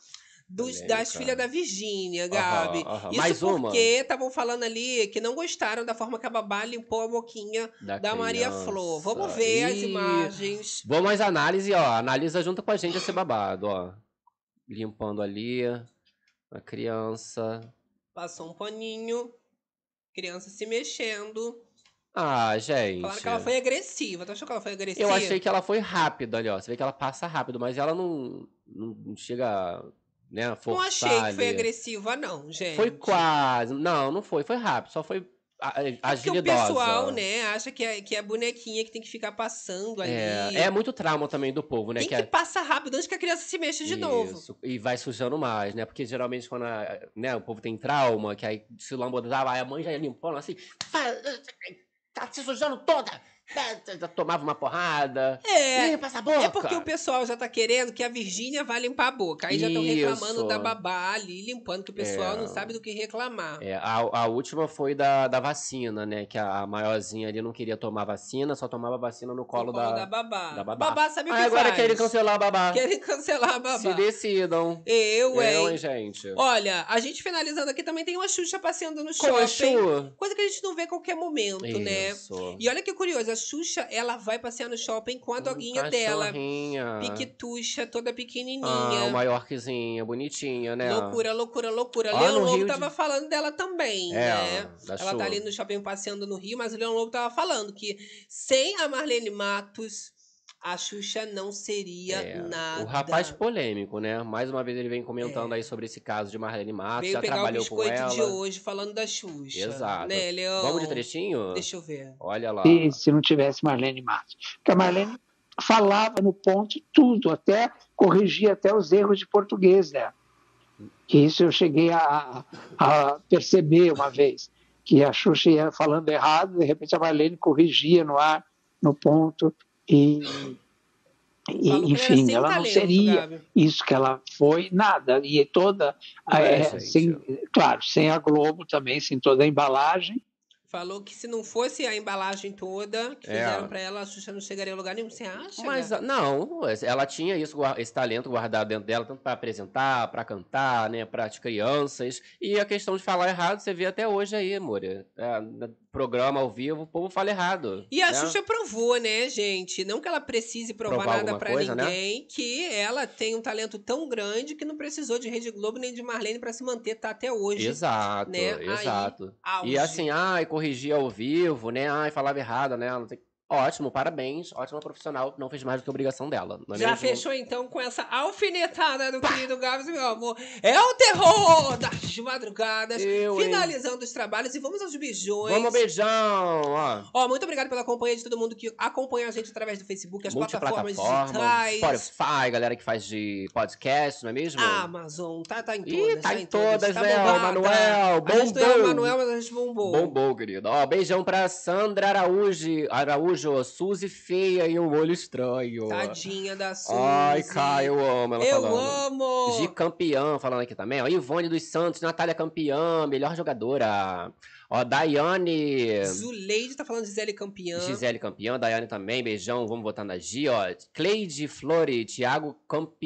A: Dos, das filhas da Virgínia, Gabi. Uhum, uhum. Isso
B: Mais
A: porque estavam falando ali que não gostaram da forma que a babá limpou a boquinha da, da Maria Flor. Vamos ver e... as imagens.
B: Vamos às análises, ó. Analisa junto com a gente esse babado, ó. Limpando ali a criança.
A: Passou um paninho. Criança se mexendo.
B: Ah, gente.
A: Falaram que ela foi agressiva. Tu achou que ela foi agressiva?
B: Eu achei que ela foi rápida ali, ó. Você vê que ela passa rápido, mas ela não, não chega né,
A: não achei que foi agressiva, não, gente.
B: Foi quase. Não, não foi. Foi rápido. Só foi agilidosa.
A: É porque o pessoal, né, acha que é, que é bonequinha que tem que ficar passando ali.
B: É, é muito trauma também do povo, né?
A: Tem que, que é... passa rápido antes que a criança se mexa de
B: Isso.
A: novo.
B: E vai sujando mais, né? Porque geralmente quando a, né, o povo tem trauma, que aí se lambodava, a mãe já limpando assim... Tá se sujando toda! né, tomava uma porrada.
A: É.
B: Limpa essa boca.
A: É porque o pessoal já tá querendo que a Virgínia vá limpar a boca. Aí já estão reclamando da babá ali, limpando, que o pessoal é. não sabe do que reclamar.
B: É, a, a última foi da, da vacina, né? Que a, a maiorzinha ali não queria tomar vacina, só tomava vacina no colo, no colo da,
A: da babá.
B: Da babá.
A: babá sabe o que
B: ah, agora
A: faz.
B: querem cancelar a babá.
A: Querem cancelar a babá.
B: Se É, decidam.
A: Eu,
B: hein? Eu, hein, gente.
A: Olha, a gente finalizando aqui também tem uma Xuxa passeando no shopping.
B: é Xuxa.
A: Coisa que a gente não vê a qualquer momento,
B: Isso.
A: né? E olha que curioso, a Xuxa, ela vai passear no shopping com a
B: Hum,
A: doguinha um dela. Piquetuxa, toda pequenininha. Ah,
B: uma Yorkzinha, bonitinha, né?
A: Loucura, loucura, loucura. Ah, Leão Lobo Rio tava de... falando dela também,
B: é,
A: né?
B: Ela
A: sua. tá ali no shopping passeando no Rio, mas o Leão Lobo tava falando que sem a Marlene Matos a Xuxa não seria é, nada.
B: O rapaz polêmico, né? Mais uma vez ele vem comentando é. aí sobre esse caso de Marlene Matos,
A: Veio
B: já
A: pegar
B: trabalhou
A: o biscoito
B: com ela.
A: de hoje falando da Xuxa.
B: Exato.
A: Né, Leão?
B: Vamos de trechinho?
A: Deixa eu ver.
B: Olha lá.
E: E se não tivesse Marlene Matos? Porque a Marlene falava no ponto tudo, até corrigia até os erros de português dela. Que isso eu cheguei a, a perceber uma vez, que a Xuxa ia falando errado, de repente a Marlene corrigia no ar, no ponto, e, e enfim, ela não
A: talento, né?
E: seria
A: Gabi.
E: isso que ela foi, nada. E toda, é,
B: gente.
E: sem, claro, sem a Globo também, sem toda a embalagem.
A: Falou que se não fosse a embalagem toda que fizeram é. pra ela, a Xuxa não chegaria a lugar nenhum. Você acha?
B: Mas ah,
A: Gabi?
B: não, ela tinha isso, esse talento guardado dentro dela, tanto para apresentar, para cantar, né, para as crianças. E a questão de falar errado, você vê até hoje aí, Moura. É, programa ao vivo, o povo fala errado.
A: E a né? Xuxa provou, né, gente? Não que ela precise provar,
B: provar
A: nada para
B: coisa,
A: ninguém, né? que ela tem um talento tão grande que não precisou de Rede Globo nem de Marlene para se manter tá até hoje.
B: Exato,
A: né?
B: exato. assim,
A: Aí,
B: e assim, ai, corrigia ao vivo, né? Ai, falava errado, né? Ótimo, parabéns. Ótima profissional. Não fez mais do que a obrigação dela. não é
A: Já
B: mesmo?
A: fechou então com essa alfinetada do querido Gabs, meu amor. É o terror das madrugadas.
B: Eu, hein?
A: finalizando os trabalhos e vamos aos bijões.
B: Vamos, beijão. Ó.
A: Ó, muito obrigado pela companhia de todo mundo que acompanha a gente através do Facebook, as plataformas
B: Multiplataforma,
A: digitais.
B: Spotify, galera que faz de podcast, não é mesmo?
A: Amazon, tá, tá em
B: Ih,
A: todas.
B: tá em todas,
A: tá
B: né?
A: bombada.
B: O Manuel,
A: A gente não é o
B: bombou.
A: Manuel, mas a gente bombou.
B: Bombou, querido. Ó, beijão pra Sandra Araújo. Araújo, Suzy feia e um olho estranho.
A: Tadinha da Suzy.
B: Ai, cara, eu amo ela
A: Eu
B: falando.
A: amo!
B: Gi Campeã falando aqui também. Ó, Ivone dos Santos, Natália Campeã, melhor jogadora. Ó, Daiane.
A: Zuleide tá falando de Zé Campeã.
B: Gisele Campeã, Daiane também, beijão, vamos votar na Gi, ó. Cleide Flore, Thiago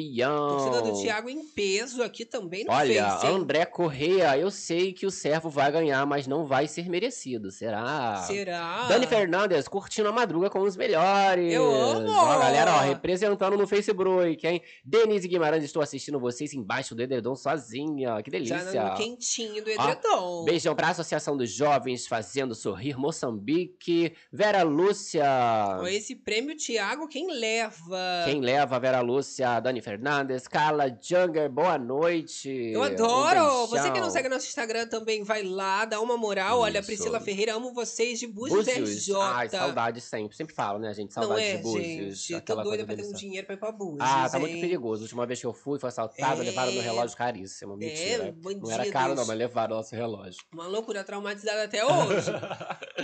A: Torcida do
B: Campeão.
A: Thiago em peso aqui também no
B: Olha,
A: Face, hein?
B: André Correia, eu sei que o servo vai ganhar, mas não vai ser merecido, será?
A: Será?
B: Dani Fernandes, curtindo a madruga com os melhores.
A: Eu amo!
B: Ó, galera, ó, representando no Facebook, hein? Denise Guimarães, estou assistindo vocês embaixo do edredom sozinha. Que delícia.
A: Já no quentinho do edredom.
B: Beijão pra Associação dos Jovens Fazendo Sorrir Moçambique. Vera Lúcia.
A: Com esse prêmio, Thiago, quem leva?
B: Quem leva? Vera Lúcia, Dani Fernandes, Carla Junger, boa noite.
A: Eu
B: Um
A: adoro!
B: beijão.
A: você que não segue nosso Instagram também, vai lá, dá uma moral. Olha,
B: Isso.
A: Priscila Ferreira, amo vocês de Búzios,
B: Búzios.
A: RJ.
B: Ai, saudade sempre. Sempre falo, né, gente?
A: Não
B: Saudade
A: é,
B: de Búzios.
A: gente? Tô
B: aquela
A: doida pra
B: coisa
A: ter um
B: deliciosa.
A: dinheiro pra ir pra Búzios,
B: Ah, tá muito
A: hein?
B: perigoso. A última vez que eu fui, foi assaltado,
A: É. um
B: levaram meu relógio caríssimo. Mentira.
A: bandidos.
B: né? não era caro, não, mas levaram nosso relógio.
A: Uma loucura traumatizada até hoje.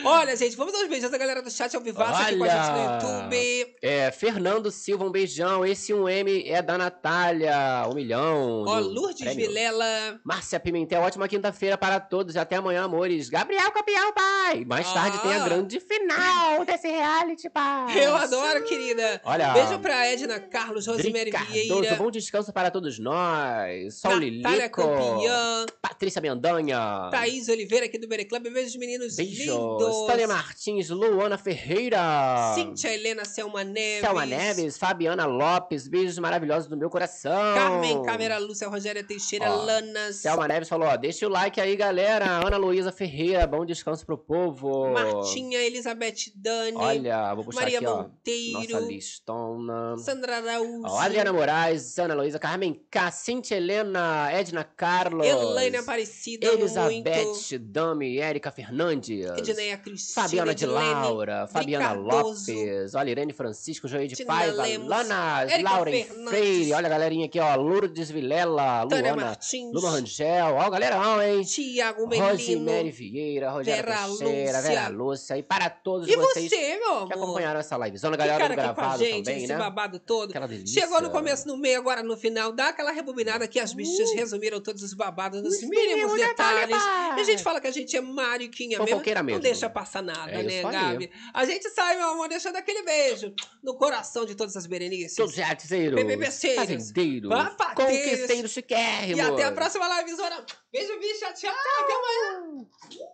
A: Olha, gente, vamos aos beijos da galera do chat ao vivaço aqui com a gente no
B: Olha!
A: YouTube.
B: É, Fernando Silva, um beijão. Esse 1M é da Natália. Um milhão.
A: Ó,
B: do
A: Lourdes
B: prêmio.
A: Vilela.
B: Márcia Pimentel, ótima quinta-feira para todos. Até amanhã, amores. Gabriel Campeão, pai! Mais
A: Ah.
B: tarde tem a grande final desse reality, pai!
A: Eu adoro, querida.
B: Olha.
A: Beijo pra Edna Carlos, Rosemary
B: Drica Cardoso,
A: Vieira.
B: bom descanso para todos nós. Sol
A: Natália
B: Lilico.
A: Campeã.
B: Patrícia Mendanha.
A: Thaís Oliveira aqui do Bere Club. Beijos, meninos
B: Beijos.
A: lindos.
B: Tânia Martins, Luana Ferreira.
A: Cíntia Helena Selma Neves.
B: Ah. Selma Neves, Fabiana Lopes, beijos maravilhosos do meu coração.
A: Carmen Câmera Lúcia Rogéria Teixeira
B: Ó,
A: Lanas.
B: Selma Neves falou, ó, deixa o like aí, galera. Ana Luísa Ferreira, bom descanso pro povo.
A: Martinha Elizabeth Dani.
B: Olha, vou puxar
A: Né? Maria
B: aqui, ó. Nossa
A: Monteiro.
B: listona.
A: Sandra Araújo.
B: Ó, Adriana Moraes, Ana Luísa, Carmen K, Cintia Helena, Edna Carlos.
A: Elaine Aparecida, muito.
B: Elizabeth Dami, Érica Fernandes.
A: Edneia Cristina,
B: Fabiana de
A: Edilene,
B: Laura, Fabiana
A: Cardoso.
B: Lopes, olha, Irene Francisco, Joia de
A: Tina
B: Paiva,
A: Lemos,
B: Lana,
A: Érica
B: Lauren
A: Fernandes.
B: Freire, olha a galerinha aqui, ó, Lourdes Vilela,
A: Tânia
B: Luana,
A: Martins,
B: Luma Rangel, ó, o galerão, hein?
A: Tiago
B: Rosemary
A: Melino.
B: Vieira, Rogério
A: Vera
B: Teixeira,
A: Lúcia.
B: Vera Lúcia, e para todos
A: E
B: vocês
A: você, meu
B: que
A: amor?
B: acompanharam essa live. Zona
A: Ficaram
B: Galera do
A: aqui é com a
B: Gravado
A: gente,
B: também,
A: esse
B: né?
A: babado todo.
B: Aquela delícia.
A: Chegou no começo, no meio, agora no final. Dá aquela rebobinada que as bichas
B: Uh.
A: resumiram todos os babados nos mínimos detalhes. E a gente fala que a gente é mariquinha mesmo.
B: Fofoqueira
A: Não
B: mesmo.
A: deixa passar nada,
B: É isso
A: né,
B: aí.
A: Gabi? A gente sai, meu amor, deixando aquele beijo no coração de todas as Berenices.
B: Seus artiseiros,
A: Bebebeceiros,
B: fazendeiros,
A: papateiros,
B: conquisteiros
A: E
B: chiquérrimos.
A: até a próxima live, Zona. Beijo, bicha. Tchau. Até amanhã.